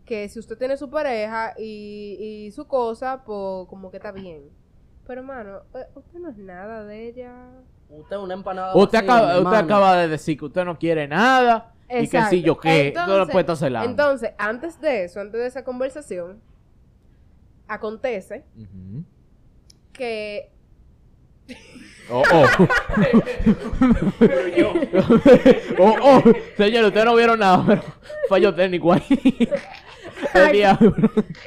Speaker 3: que si usted tiene su pareja y, y su cosa, pues como que está bien. Pero hermano, eh, usted no es nada de ella.
Speaker 1: Usted es una empanada.
Speaker 2: Usted,
Speaker 1: vacía,
Speaker 2: acaba,
Speaker 1: mi
Speaker 2: usted
Speaker 1: hermano.
Speaker 2: acaba de decir que usted no quiere nada y que
Speaker 3: Exacto.
Speaker 2: si yo qué,
Speaker 3: Entonces-
Speaker 2: todo lo puesto se la.
Speaker 3: Entonces, antes de eso, antes de esa conversación, acontece que
Speaker 2: Oh, oh. oh, oh. Señores, ustedes no vieron nada, pero fallo técnico ahí. El
Speaker 3: Ay.
Speaker 2: diablo.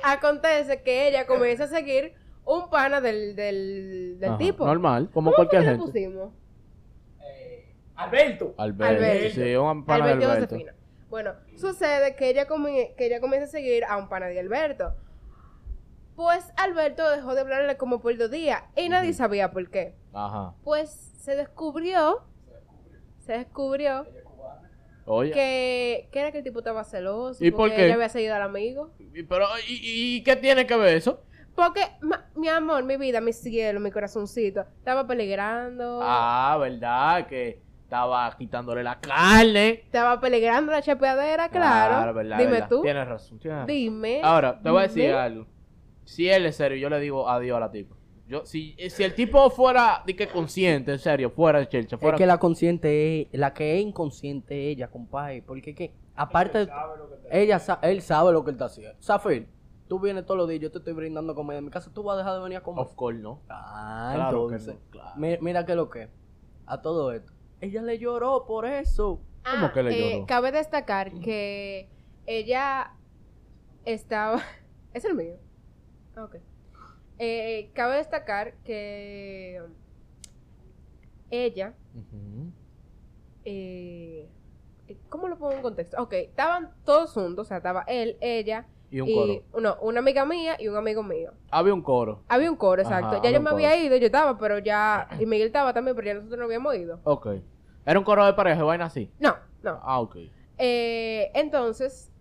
Speaker 3: Acontece que ella comienza a seguir un pana del, del, del
Speaker 2: Ajá,
Speaker 3: tipo.
Speaker 2: Normal, como
Speaker 3: ¿Cómo fue
Speaker 2: cualquier
Speaker 3: que le
Speaker 2: gente.
Speaker 3: pusimos?
Speaker 1: Eh, Alberto.
Speaker 2: Alberto.
Speaker 3: Alberto.
Speaker 2: Sí, un pana de
Speaker 3: Alberto y
Speaker 2: Alberto.
Speaker 3: Josefina. Bueno, sucede que ella, comi- que ella comienza a seguir a un pana de Alberto. Pues Alberto dejó de hablarle como por dos días y nadie
Speaker 2: Ujú.
Speaker 3: sabía por qué.
Speaker 2: Ajá.
Speaker 3: Pues se descubrió, se descubrió
Speaker 2: Oye.
Speaker 3: que, que era que el tipo estaba celoso.
Speaker 2: ¿Y por
Speaker 3: porque
Speaker 2: qué?
Speaker 3: Ella había seguido al amigo.
Speaker 2: y- Pero, ¿y, y qué tiene que ver eso?
Speaker 3: Porque, ma- mi amor, mi vida, mi cielo, mi corazoncito, estaba peligrando.
Speaker 2: Ah, ¿verdad? Que estaba quitándole la carne.
Speaker 3: Estaba peligrando la chapeadera, claro.
Speaker 2: verdad,
Speaker 3: Dime
Speaker 2: verdad.
Speaker 3: tú.
Speaker 2: Tienes razón. tienes razón.
Speaker 3: Dime.
Speaker 2: Ahora, te voy a decir
Speaker 3: dime.
Speaker 2: algo. Si él es serio, yo le digo adiós a la tipa. Yo, si, si el tipo fuera de que consciente, en serio, fuera de chelcha,
Speaker 1: Es
Speaker 2: fuera
Speaker 1: que la consciente es, la que es inconsciente es ella, compadre. Porque es que, aparte, ella sa- él sabe lo que él está haciendo. Zafir, tú vienes todos los días, yo te estoy brindando comida en mi casa, tú vas a dejar de venir a comer.
Speaker 2: Of course, no.
Speaker 1: Ah,
Speaker 2: Oh, Claro que
Speaker 1: entonces.
Speaker 2: no, claro.
Speaker 1: mi- Mira que lo que. A todo esto. Ella le lloró por eso.
Speaker 2: ¿Cómo
Speaker 3: Ah,
Speaker 2: que le
Speaker 3: eh,
Speaker 2: lloró?
Speaker 3: cabe destacar que ella estaba. Es el mío. Ah, Ok. Eh, cabe destacar que ella.
Speaker 2: Ujú.
Speaker 3: eh, ¿Cómo lo pongo en contexto? Ok, estaban todos juntos, o sea, estaba él, ella
Speaker 2: Y un
Speaker 3: y.
Speaker 2: coro.
Speaker 3: No, una amiga mía y un amigo mío.
Speaker 2: Había un coro.
Speaker 3: Había un coro,
Speaker 2: Ajá,
Speaker 3: exacto. ya
Speaker 2: había
Speaker 3: yo
Speaker 2: un
Speaker 3: me
Speaker 2: coro.
Speaker 3: había ido, yo estaba, pero ya. Y Miguel estaba también, pero ya nosotros no habíamos ido.
Speaker 2: Ok. Era un coro de pareja, vaina así.
Speaker 3: No, no.
Speaker 2: Ah, ok.
Speaker 3: Eh, entonces,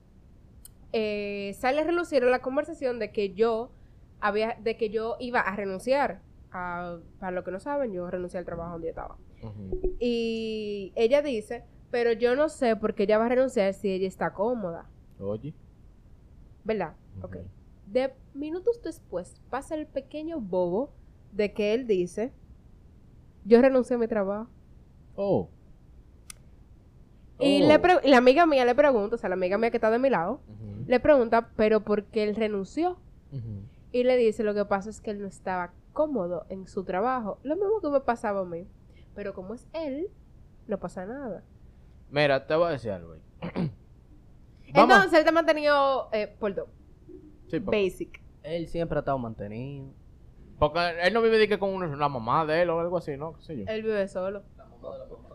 Speaker 3: eh, sale a relucir la conversación de que yo había, de que yo iba a renunciar. A- para lo que no saben, yo renuncié al trabajo donde yo estaba.
Speaker 2: Ujú.
Speaker 3: Y ella dice, pero yo no sé por qué ella va a renunciar si ella está cómoda,
Speaker 2: Oye.
Speaker 3: ¿verdad? Ok.
Speaker 2: Ujú.
Speaker 3: De minutos después pasa el pequeño bobo de que él dice, yo renuncié a mi trabajo.
Speaker 2: Oh.
Speaker 3: Y
Speaker 2: Oh.
Speaker 3: le pre- y la amiga mía le pregunta, o sea, la amiga mía que está de mi lado,
Speaker 2: Ujú.
Speaker 3: le pregunta, pero ¿por qué él renunció?
Speaker 2: Ujú.
Speaker 3: Y le dice, lo que pasa es que él no estaba cómodo en su trabajo. Lo mismo que me pasaba a mí. Pero como es él, no pasa nada.
Speaker 2: Mira, te voy a decir algo. güey. Vamos.
Speaker 3: Entonces, él te ha mantenido eh, por dos.
Speaker 2: Sí, porque-
Speaker 3: Basic.
Speaker 1: Él siempre ha estado mantenido.
Speaker 2: porque él no vive de que con una, la mamá de él o algo así, ¿no? ¿Qué sé yo?
Speaker 3: Él vive solo.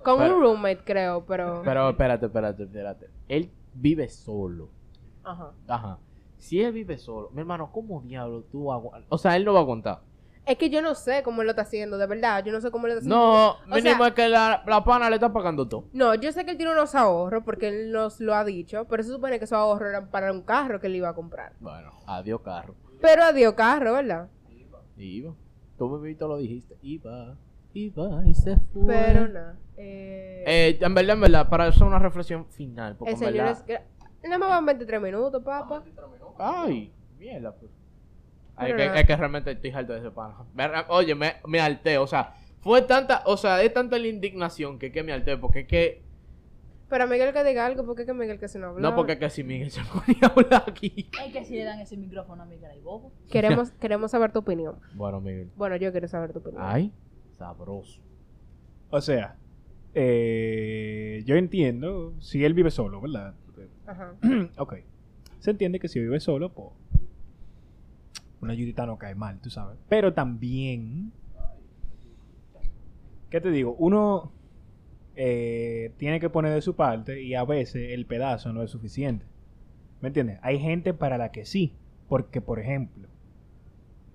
Speaker 3: Con
Speaker 2: Pero-
Speaker 3: un roommate, creo, pero...
Speaker 2: Pero espérate, espérate, espérate. Él vive solo.
Speaker 3: Ajá.
Speaker 2: Ajá. Si él vive solo, mi hermano, ¿cómo diablo tú aguantas? O sea, él no va a contar.
Speaker 3: Es que yo no sé cómo él lo está haciendo, de verdad. Yo no sé cómo él lo está haciendo.
Speaker 2: No,
Speaker 3: sea-
Speaker 2: mínimo es que la, la pana le está pagando todo.
Speaker 3: No, yo sé que él tiene unos ahorros porque él nos lo ha dicho, pero se supone que esos ahorros eran para un carro que él iba a comprar.
Speaker 2: Bueno, adiós carro.
Speaker 3: Pero adiós carro, ¿verdad?
Speaker 2: Iba. Tú me viste, lo dijiste. Iba.
Speaker 1: Iba y se fue.
Speaker 3: Pero nada. Eh...
Speaker 2: Eh, en verdad, en verdad, para hacer una reflexión final. Porque
Speaker 3: El
Speaker 2: en
Speaker 3: señor
Speaker 2: verdad...
Speaker 3: es... gra- Nada más van 23 minutos, papá.
Speaker 2: Ay, mierda. pues. Ay,
Speaker 3: Pero
Speaker 2: que-
Speaker 3: nada.
Speaker 2: es que realmente estoy harto de ese pana. Me ra- oye, me, me harté. O sea, fue tanta, o sea, es tanta la indignación que, que me harté. Porque es que
Speaker 3: Pero a Miguel que diga algo, porque que Miguel que se no habla.
Speaker 2: No, porque que si Miguel se ponía a hablar aquí.
Speaker 5: Es que si le dan ese micrófono a mi cara y bobo.
Speaker 3: Queremos, queremos saber tu opinión.
Speaker 2: Bueno, Miguel.
Speaker 3: Bueno, yo quiero saber tu opinión.
Speaker 2: Ay, sabroso.
Speaker 4: O sea, eh, yo entiendo si él vive solo, ¿verdad?
Speaker 3: Ajá.
Speaker 4: ok. Se entiende que si vive solo, pues. Una ayudita no cae mal, tú sabes. Pero también. ¿Qué te digo? Uno eh, tiene que poner de su parte y a veces el pedazo no es suficiente. ¿Me entiendes? Hay gente para la que sí. Porque, por ejemplo,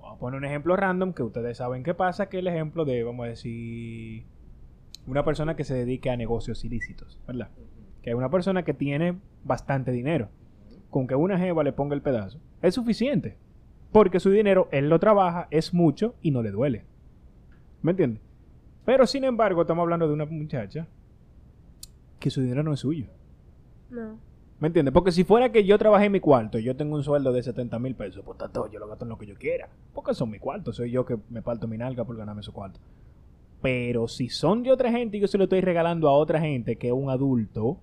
Speaker 4: vamos a poner un ejemplo random que ustedes saben qué pasa, que es el ejemplo de, vamos a decir, una persona que se dedique a negocios ilícitos, ¿verdad? que es una persona que tiene bastante dinero. Con que una jeva le ponga el pedazo, es suficiente. Porque su dinero, él lo trabaja, es mucho y no le duele. ¿Me entiendes? Pero sin embargo, estamos hablando de una muchacha que su dinero no es suyo.
Speaker 3: No.
Speaker 4: ¿Me entiendes? Porque si fuera que yo trabajé en mi cuarto y yo tengo un sueldo de 70 mil pesos, pues está todo, yo lo gasto en lo que yo quiera. Porque son mi cuarto, soy yo que me parto mi nalga por ganarme su cuarto. Pero si son de otra gente y yo se lo estoy regalando a otra gente que es un adulto,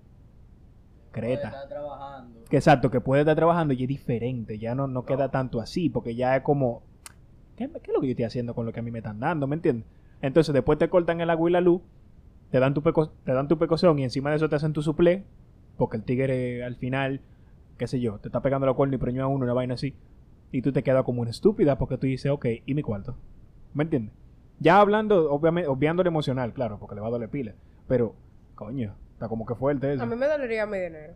Speaker 4: creta.
Speaker 1: Está trabajando.
Speaker 4: Que exacto, que puede estar trabajando y es diferente, ya no, no queda tanto así, porque ya es como, ¿qué, qué es lo que yo estoy haciendo con lo que a mí me están dando? ¿Me entiendes? Entonces, después te cortan el agua y la luz, te dan tu, peco- te dan tu pecozón y encima de eso te hacen tu suple, porque el tigre al final, qué sé yo, te está pegando la cuerda y preñó a uno, una vaina así. Y tú te quedas como una estúpida porque tú dices, ok, ¿y mi cuarto? ¿Me entiendes? Ya hablando, obviamente, obviando lo emocional, claro, porque le va a doler pila. Pero, coño, está como que fuerte eso.
Speaker 3: A mí me dolería mi dinero.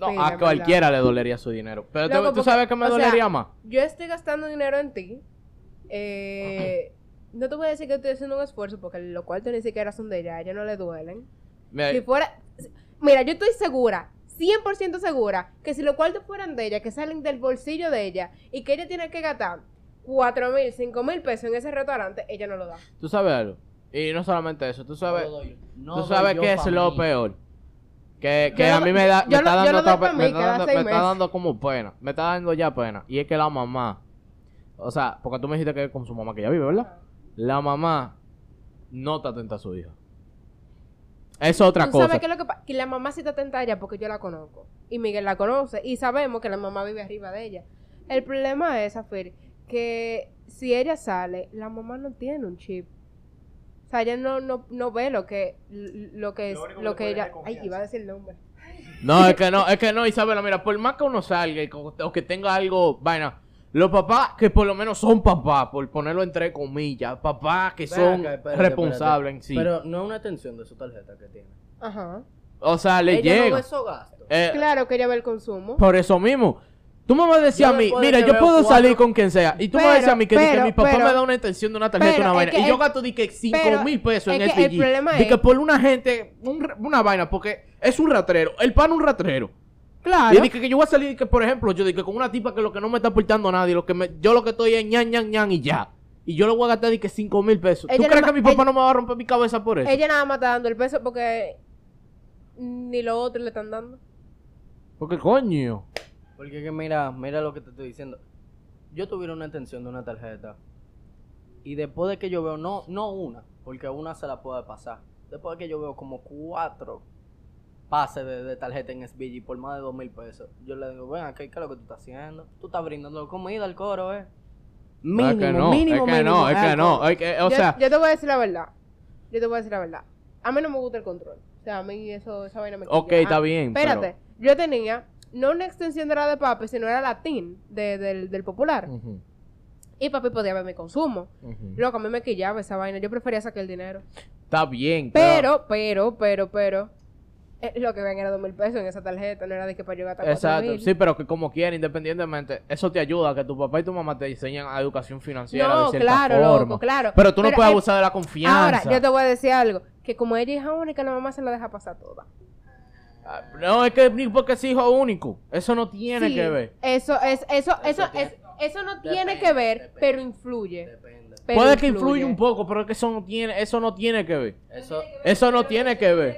Speaker 2: No,
Speaker 3: Sí,
Speaker 2: a
Speaker 3: es
Speaker 2: cualquiera le dolería su dinero. Pero te-
Speaker 3: Loco,
Speaker 2: tú
Speaker 3: porque-
Speaker 2: sabes que me
Speaker 3: o sea,
Speaker 2: dolería más.
Speaker 3: Yo estoy gastando dinero en ti. Eh, no te voy a decir que estoy haciendo un esfuerzo porque los cuartos ni siquiera son de ella. A ella no le duelen.
Speaker 2: Mira,
Speaker 3: Si fuera... Mira, yo estoy segura, 100% segura, que si los cuartos fueran de ella, que salen del bolsillo de ella y que ella tiene que gastar 4 mil, 5 mil pesos en ese restaurante, ella no lo da.
Speaker 2: Tú sabes algo. Y no solamente eso, tú sabes,
Speaker 1: No doy- no
Speaker 2: tú
Speaker 1: doy
Speaker 2: sabes
Speaker 1: yo
Speaker 2: que
Speaker 1: pa'
Speaker 2: es lo
Speaker 1: mí.
Speaker 2: peor. Que, que
Speaker 3: Yo
Speaker 2: a
Speaker 3: lo-
Speaker 2: mí me da,
Speaker 3: yo
Speaker 2: me está
Speaker 3: lo- yo lo
Speaker 2: dando,
Speaker 3: doy
Speaker 2: esta-
Speaker 3: pa'
Speaker 2: me
Speaker 3: mí
Speaker 2: está
Speaker 3: cada
Speaker 2: dando-
Speaker 3: seis
Speaker 2: me está
Speaker 3: meses.
Speaker 2: dando como pena, me está dando ya pena. Y es que la mamá, o sea, porque tú me dijiste que es con su mamá que ya vive, ¿verdad? La mamá no está atenta a su hija. Es otra
Speaker 3: Tú
Speaker 2: cosa.
Speaker 3: sabes qué es lo que pasa? Que la mamá sí está atenta a ella porque yo la conozco. Y Miguel la conoce. Y sabemos que la mamá vive arriba de ella. El problema es, Afir, que si ella sale, la mamá no tiene un chip. O sea, ella no, no, no ve lo que, lo que, es,
Speaker 4: Lo único que
Speaker 3: lo que
Speaker 4: le puede
Speaker 3: ella...
Speaker 4: dar
Speaker 3: Ay,
Speaker 4: confianza.
Speaker 3: iba a decir el nombre.
Speaker 2: No, es que no, es que no, Isabela, mira, por más que uno salga y co- o que tenga algo, vaina, los papás que por lo menos son papás, por ponerlo entre comillas, papás que
Speaker 1: Ven
Speaker 2: son
Speaker 1: acá, espérate,
Speaker 2: responsables en sí.
Speaker 1: espérate. Pero no es una atención de su tarjeta que tiene.
Speaker 3: Ajá.
Speaker 2: o sea, le
Speaker 1: Ella no
Speaker 2: llega.
Speaker 1: ve esos gastos.
Speaker 2: Eh,
Speaker 3: Claro que ella ve el consumo.
Speaker 2: Por eso mismo. Tú me vas a decir
Speaker 1: Yo
Speaker 2: a mí,
Speaker 1: después de
Speaker 2: mira,
Speaker 1: que
Speaker 2: yo
Speaker 1: veo
Speaker 2: puedo
Speaker 1: cuatro-
Speaker 2: salir con quien sea. Y tú me vas a decir a mí que,
Speaker 3: Pero,
Speaker 2: di que mi papá
Speaker 3: pero,
Speaker 2: me da una extensión de una tarjeta, una
Speaker 3: pero, es
Speaker 2: vaina.
Speaker 3: que
Speaker 2: y yo
Speaker 3: el-
Speaker 2: gasto di que 5
Speaker 3: pero,
Speaker 2: mil pesos en
Speaker 3: es que el
Speaker 2: SBG.
Speaker 3: problema
Speaker 2: Di
Speaker 3: es-
Speaker 2: que por una gente, un ra- una vaina, porque es un ratrero. El pan un ratrero.
Speaker 3: Claro.
Speaker 2: Y dije que yo voy a salir, que por ejemplo, yo dije con una tipa que lo que no me está aportando nadie, lo que me, yo lo que estoy es ñan, ñan, ñan y ya. Y yo le voy a gastar de que 5 mil pesos. ¿Tú
Speaker 3: Ella
Speaker 2: crees
Speaker 3: no
Speaker 2: que
Speaker 3: ma-
Speaker 2: mi papá
Speaker 3: ella-
Speaker 2: no me va a romper mi cabeza por eso?
Speaker 3: Ella nada más está dando el peso porque ni lo otro le están dando.
Speaker 2: Porque coño.
Speaker 1: Porque es que mira, mira lo que te estoy diciendo. Yo tuviera una intención de una tarjeta. Y después de que yo veo, no, no una, porque una se la puede pasar. Después de que yo veo como cuatro pases de, de tarjeta en SBG por más de dos mil pesos, yo le digo, ven, acá, ¿qué es lo que tú estás haciendo? Tú estás brindando comida al coro, ¿eh? Mínimo,
Speaker 2: es Ah, que no,
Speaker 1: mínimo,
Speaker 2: es que
Speaker 1: mínimo,
Speaker 2: no, es
Speaker 3: Ah,
Speaker 2: que
Speaker 1: al coro.
Speaker 2: no. es que, o
Speaker 3: yo,
Speaker 2: sea,
Speaker 3: yo te voy a decir la verdad. Yo te voy a decir la verdad. A mí no me gusta el control. O sea, a mí eso, esa vaina me
Speaker 2: ok,
Speaker 3: quilla.
Speaker 2: está
Speaker 3: Ah,
Speaker 2: bien. pero-
Speaker 3: Espérate, yo tenía, no una extensión de la de papi, sino era la TIN de- del, del popular.
Speaker 2: Ujú,
Speaker 3: Y papi podía ver mi consumo.
Speaker 2: ujú.
Speaker 3: Loco, a mí me quillaba esa vaina. Yo prefería sacar el dinero.
Speaker 2: Está bien,
Speaker 3: Pero, pero, pero, pero. eh, lo que ven era dos mil pesos en esa tarjeta, no era de que para yo gastar cuatro
Speaker 2: Exacto,
Speaker 3: mil.
Speaker 2: sí, pero que como quiera, independientemente, eso te ayuda a que tu papá y tu mamá te enseñan a educación financiera de
Speaker 3: No,
Speaker 2: cierta
Speaker 3: claro,
Speaker 2: forma.
Speaker 3: loco, claro.
Speaker 2: Pero tú no puedes
Speaker 3: eh,
Speaker 2: abusar de la confianza.
Speaker 3: Ahora, yo te voy a decir algo. Que como ella es hija única, la mamá se la deja pasar toda.
Speaker 2: Ah, No, es que ni porque es hijo único. Eso no tiene
Speaker 3: Sí,
Speaker 2: que ver.
Speaker 3: Eso es, eso, eso,
Speaker 1: Eso
Speaker 3: es-
Speaker 1: tiene-
Speaker 3: eso no
Speaker 1: depende,
Speaker 3: tiene que ver,
Speaker 1: depende.
Speaker 3: pero influye.
Speaker 1: Depende.
Speaker 3: Pero
Speaker 2: Puede que influye un poco, pero es que eso no tiene, eso no tiene que ver.
Speaker 1: Eso
Speaker 2: Eso no tiene que ver.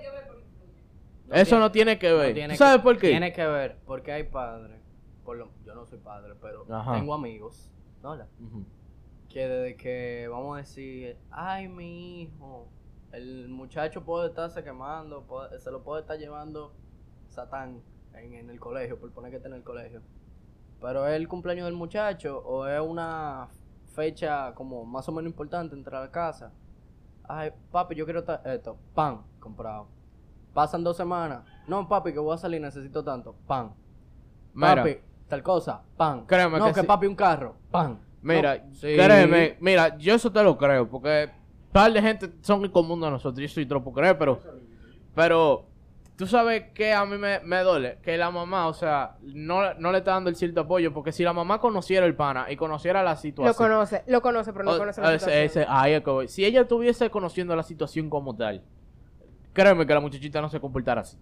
Speaker 2: Eso no tiene que
Speaker 1: No
Speaker 2: ver.
Speaker 1: tiene
Speaker 2: ¿Tú sabes
Speaker 1: que-
Speaker 2: por qué?
Speaker 1: Tiene que ver, porque hay padres, por lo- yo no soy padre, pero
Speaker 2: Ajá.
Speaker 1: tengo amigos, ¿no? La-
Speaker 2: Ujú.
Speaker 1: Que desde que, vamos a decir, ay, mi hijo, el muchacho puede estarse quemando, puede- se lo puede estar llevando Satán en, en el colegio, por poner que está en el colegio. Pero es el cumpleaños del muchacho o es una fecha como más o menos importante entrar a la casa. Ay, papi, yo quiero ta- esto, pan comprado. Pasan dos semanas. No, papi, que voy a salir, necesito tanto. Pan.
Speaker 2: Mira,
Speaker 1: Papi, tal cosa. Pan.
Speaker 2: Créeme
Speaker 1: no,
Speaker 2: que
Speaker 1: que,
Speaker 2: sí.
Speaker 1: papi un carro. Pan.
Speaker 2: mira,
Speaker 1: No, sí.
Speaker 2: créeme, mira, yo eso te lo creo, porque par de gente son incomunes a nosotros, yo soy tropo creer, pero, pero, tú sabes que a mí me, me duele, que la mamá, o sea, no, no le está dando el cierto apoyo, porque si la mamá conociera el pana y conociera la
Speaker 3: Lo
Speaker 2: situación,
Speaker 3: conoce, lo conoce, pero no
Speaker 2: O-
Speaker 3: conoce la
Speaker 2: ese-
Speaker 3: situación.
Speaker 2: ese- ahí es que voy. Si ella estuviese conociendo la situación como tal, créeme que la muchachita no se comportara así.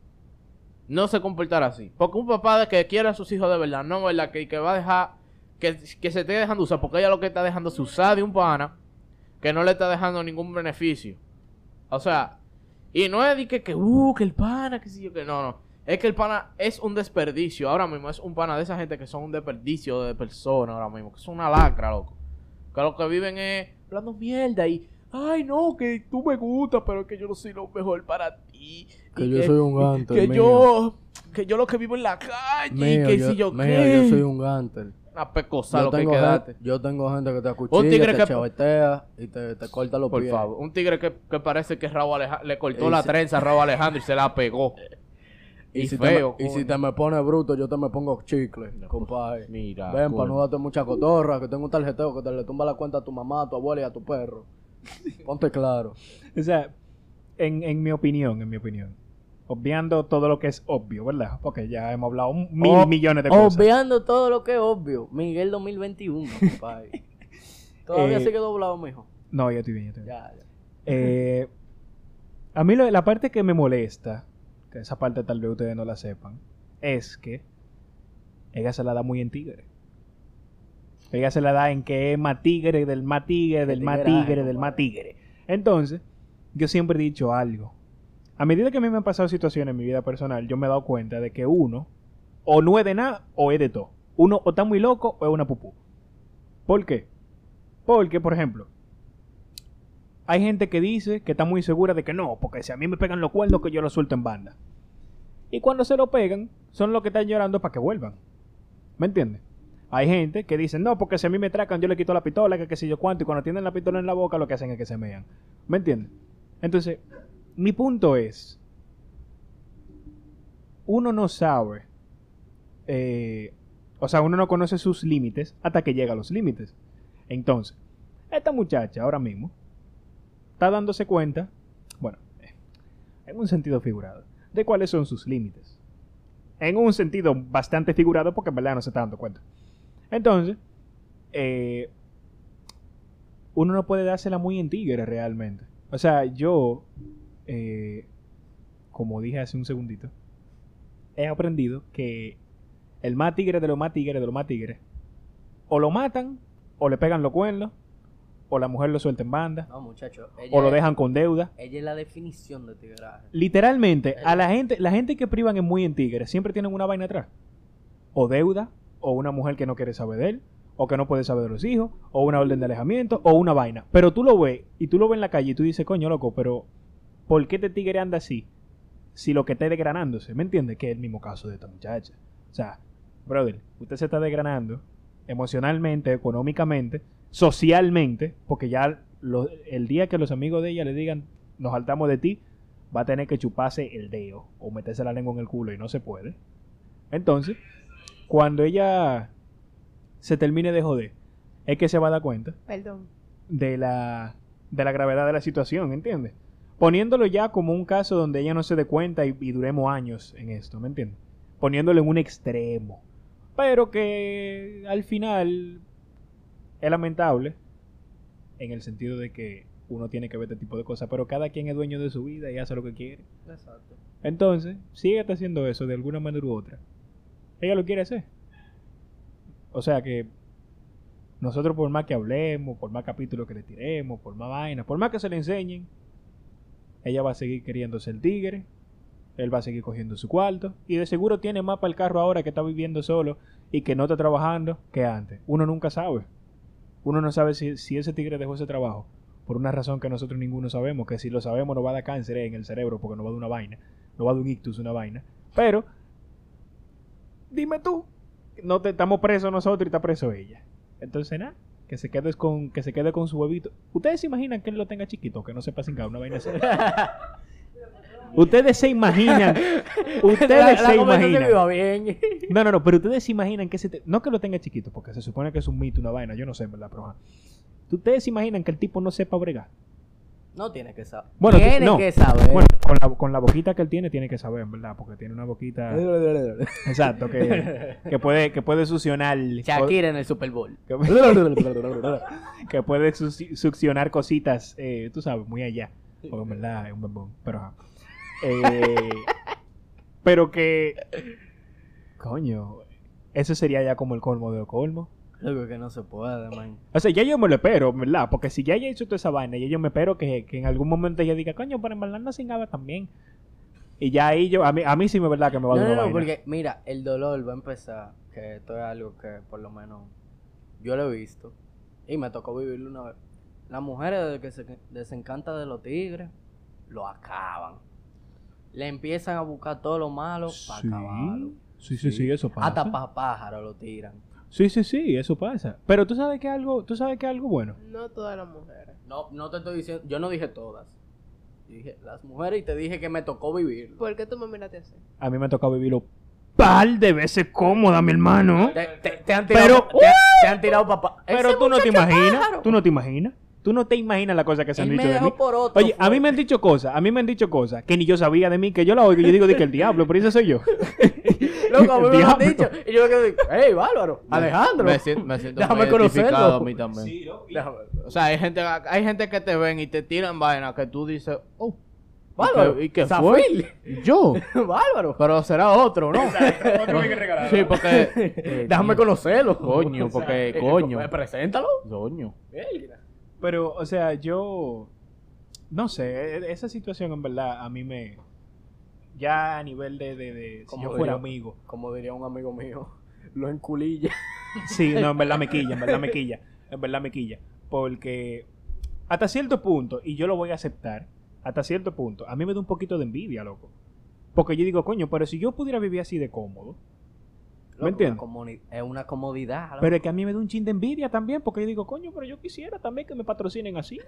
Speaker 2: No se comportara así. Porque un papá de que quiere a sus hijos de verdad, no verdad, que, que va a dejar, que, que se esté dejando usar, porque ella lo que está dejando es usar de un pana que no le está dejando ningún beneficio. O sea, y no es de que, que, uh, que el pana, que sí, yo, que no, no. Es que el pana es un desperdicio. Ahora mismo es un pana de esa gente que son un desperdicio de personas ahora mismo. Que son una lacra, loco. Que lo que viven es hablando mierda y. Ay, no, que tú me gustas, pero que yo no soy lo mejor para ti.
Speaker 6: Que
Speaker 2: Y
Speaker 6: yo soy un gantel,
Speaker 2: Que
Speaker 6: mío.
Speaker 2: yo. Que yo lo que vivo en la calle. y
Speaker 6: Mío,
Speaker 2: que
Speaker 6: yo,
Speaker 2: si yo
Speaker 6: mío,
Speaker 2: qué.
Speaker 6: yo soy un gantel.
Speaker 2: una pecosa lo que
Speaker 6: tengo
Speaker 2: quedaste.
Speaker 6: gente, yo tengo gente que te acuchilla,
Speaker 2: Un tigre
Speaker 6: te
Speaker 2: que-
Speaker 6: chavetea y te, te corta los
Speaker 2: Por
Speaker 6: pies.
Speaker 2: favor, un tigre que, que parece que Raúl Aleja- le cortó
Speaker 6: Y
Speaker 2: la
Speaker 6: si-
Speaker 2: trenza a Raúl Alejandro y se la pegó.
Speaker 6: Y,
Speaker 2: Y
Speaker 6: si,
Speaker 2: feo,
Speaker 6: te me, y si
Speaker 2: coño.
Speaker 6: te me pones bruto, yo te me pongo chicle, compadre.
Speaker 2: Mira.
Speaker 6: Ven, para
Speaker 2: coño.
Speaker 6: no darte mucha cotorra, que tengo un tarjeteo que te le tumba la cuenta a tu mamá, a tu abuela y a tu perro. Ponte claro.
Speaker 4: O sea, en, en mi opinión, en mi opinión. Obviando todo lo que es obvio, ¿verdad? Porque ya hemos hablado un- mil
Speaker 6: O-
Speaker 4: millones de cosas.
Speaker 6: Obviando todo lo que es obvio. Miguel 2021, compadre. Todavía
Speaker 4: Eh,
Speaker 6: se quedó doblado, mijo.
Speaker 4: No, yo estoy bien, yo estoy bien.
Speaker 6: Ya, ya.
Speaker 4: Eh, a mí lo- la parte que me molesta, que esa parte tal vez ustedes no la sepan, es que ella se la da muy en tigre. Ella se la da en que es más tigre del más tigre, del más
Speaker 6: tigueraje,
Speaker 4: tigre, del más
Speaker 1: pues.
Speaker 6: compadre.
Speaker 4: tigre. Entonces, yo siempre he dicho algo. A medida que a mí me han pasado situaciones en mi vida personal, yo me he dado cuenta de que uno o no es de nada o es de todo. Uno o está muy loco o es una pupú. ¿Por qué? Porque, por ejemplo, hay gente que dice que está muy segura de que no, porque si a mí me pegan los cuernos que yo lo suelto en banda. Y cuando se lo pegan, son los que están llorando para que vuelvan. ¿Me entiendes? Hay gente que dice, no, porque si a mí me tracan, yo le quito la pistola, que qué sé yo cuánto, y cuando tienen la pistola en la boca, lo que hacen es que se mean. ¿Me entiendes? Entonces, mi punto es, uno no sabe, eh, o sea, uno no conoce sus límites hasta que llega a los límites. Entonces, esta muchacha ahora mismo está dándose cuenta, bueno, eh, en un sentido figurado, de cuáles son sus límites. En un sentido bastante figurado, porque en verdad no se está dando cuenta. Entonces, eh, uno no puede dársela muy en tigre realmente. O sea, yo, eh, como dije hace un segundito, he aprendido que el más tigre de los más tigres de los más tigres, o lo matan, o le pegan los cuernos, o la mujer lo suelta en banda,
Speaker 1: No, muchacho. Ella,
Speaker 4: o lo dejan con deuda.
Speaker 1: Ella es la definición de tigraje.
Speaker 4: Literalmente, a la gente, la gente que privan es muy en tigre, siempre tienen una vaina atrás. O deuda, o una mujer que no quiere saber de él, o que no puede saber de los hijos, o una orden de alejamiento, o una vaina. Pero tú lo ves, y tú lo ves en la calle, y tú dices, coño, loco, pero ¿por qué este tigre anda así? Si lo que está desgranándose, ¿me entiendes? Que es el mismo caso de esta muchacha. O sea, brother, usted se está desgranando emocionalmente, económicamente, socialmente, porque ya lo- el día que los amigos de ella le digan, nos saltamos de ti, va a tener que chuparse el dedo o meterse la lengua en el culo y no se puede. Entonces, cuando ella se termine de joder, es que se va a dar cuenta
Speaker 3: Perdón.
Speaker 4: de la, de la gravedad de la situación, ¿entiendes? Poniéndolo ya como un caso donde ella no se dé cuenta y, y duremos años en esto, ¿me entiendes? Poniéndolo en un extremo. Pero que al final es lamentable en el sentido de que uno tiene que ver este tipo de cosas, pero cada quien es dueño de su vida y hace lo que quiere.
Speaker 1: Exacto.
Speaker 4: Entonces, si ella está haciendo eso de alguna manera u otra, ella lo quiere hacer. O sea que nosotros por más que hablemos, por más capítulos que le tiremos, por más vainas, por más que se le enseñen, ella va a seguir queriendo ser tigre, él va a seguir cogiendo su cuarto y de seguro tiene más para el carro ahora que está viviendo solo y que no está trabajando que antes. Uno nunca sabe. Uno no sabe si, si ese tigre dejó ese trabajo por una razón que nosotros ninguno sabemos, que si lo sabemos nos va a dar cáncer en el cerebro porque nos va a dar una vaina no va de un ictus una vaina. Pero, dime tú, no te estamos presos nosotros y está preso ella. Entonces, nada, que se quede con, que se quede con su huevito. ¿Ustedes se imaginan que él lo tenga chiquito, que no sepa sin una vaina así? ustedes se imaginan, ustedes se imaginan.
Speaker 6: bien.
Speaker 4: No, no, no, pero ustedes se imaginan que ese... te- No que lo tenga chiquito, porque se supone que es un mito, una vaina, yo no sé, en ¿verdad? Pero, ajá. ¿Ustedes se imaginan que el tipo no sepa bregar?
Speaker 1: No tiene que saber.
Speaker 4: Bueno, tú-
Speaker 1: tiene
Speaker 4: no.
Speaker 1: que saber.
Speaker 4: Bueno, con la, con la boquita que él tiene, tiene que saber, en ¿verdad? Porque tiene una boquita... Exacto, que, que puede, que puede succionar.
Speaker 1: Shakira en el Super Bowl.
Speaker 4: Que puede suci- succionar cositas, eh, tú sabes, muy allá. Porque en verdad es un bombón, pero ajá. Eh, pero que. Coño, eso sería ya como el colmo de lo colmo.
Speaker 6: Algo que no se puede, man.
Speaker 4: O sea, ya yo me lo espero, en ¿verdad? Porque si ya ella hizo toda esa vaina, ya yo me espero que, que en algún momento ella diga, coño, pero en verdad no cingaba también. Y ya ahí yo, a mí, a mí sí me verdad que me va
Speaker 1: No,
Speaker 4: a dar
Speaker 1: no,
Speaker 4: una
Speaker 1: no,
Speaker 4: vaina.
Speaker 1: porque mira, el dolor va a empezar, que esto es algo que por lo menos yo lo he visto y me tocó vivirlo una vez. Las mujeres desde que se desencantan de los tigres, lo acaban. Le empiezan a buscar todo lo malo para acabarlo.
Speaker 4: sí, sí, sí, eso pasa.
Speaker 1: Hasta para pájaros lo tiran.
Speaker 4: Sí, sí, sí, eso pasa. Pero tú sabes que algo, tú sabes que algo bueno.
Speaker 3: No todas las mujeres.
Speaker 1: No, no te estoy diciendo, yo no dije todas. Yo dije las mujeres y te dije que me tocó vivirlo.
Speaker 3: ¿Por qué tú me miraste así?
Speaker 4: A mí me ha tocado vivirlo par de veces cómoda, mi hermano.
Speaker 1: Te, te- te han tirado,
Speaker 4: Pero-
Speaker 1: te, te han tirado papá.
Speaker 4: Pero
Speaker 1: ¡uh! Ese
Speaker 4: tú no te
Speaker 1: muchacho
Speaker 4: imaginas,
Speaker 1: pájaro.
Speaker 4: tú no te imaginas, tú no te imaginas la cosa que se han
Speaker 1: Él me
Speaker 4: dicho de
Speaker 1: dejó
Speaker 4: mí.
Speaker 1: por otro.
Speaker 4: Oye, a mí me han dicho cosas, a mí me han dicho cosas que ni yo sabía de mí, que yo la oigo y yo digo de que el diablo, pero ese soy yo.
Speaker 1: Loco, a mí me lo han
Speaker 4: Diablo.
Speaker 1: dicho. Y yo me quedo, hey, Bárbaro, Alejandro.
Speaker 2: Me siento, me siento
Speaker 1: Déjame
Speaker 2: muy identificado
Speaker 1: conocerlo.
Speaker 2: a mí también.
Speaker 1: Déjame-
Speaker 2: O sea, hay gente, hay gente que te ven y te tiran vaina que tú dices, oh,
Speaker 1: Bárbaro.
Speaker 2: ¿y qué fue?
Speaker 1: Zafil.
Speaker 2: Yo.
Speaker 1: Bárbaro.
Speaker 2: Pero será otro, ¿no? sí, porque... eh,
Speaker 1: Déjame
Speaker 2: tío,
Speaker 1: conocerlo.
Speaker 2: Coño,
Speaker 1: O sea,
Speaker 2: porque,
Speaker 1: eh,
Speaker 2: coño.
Speaker 1: eh, Preséntalo.
Speaker 2: Coño.
Speaker 4: Pero, o sea, yo. No sé, e- esa situación en verdad a mí me. Ya a nivel de. de, de- si
Speaker 1: Como
Speaker 4: yo
Speaker 1: diría-
Speaker 4: fuera amigo.
Speaker 1: Como diría un amigo mío, lo enculilla.
Speaker 4: Sí, no, en verdad me quilla, en verdad me quilla. En verdad me quilla. Porque hasta cierto punto, y yo lo voy a aceptar, hasta cierto punto, a mí me da un poquito de envidia, loco. Porque yo digo, coño, pero si yo pudiera vivir así de cómodo. ¿Me entiendes?
Speaker 1: Es una comodidad. loco.
Speaker 4: Pero es que a mí me da un chin de envidia también, porque yo digo, coño, pero yo quisiera también que me patrocinen así.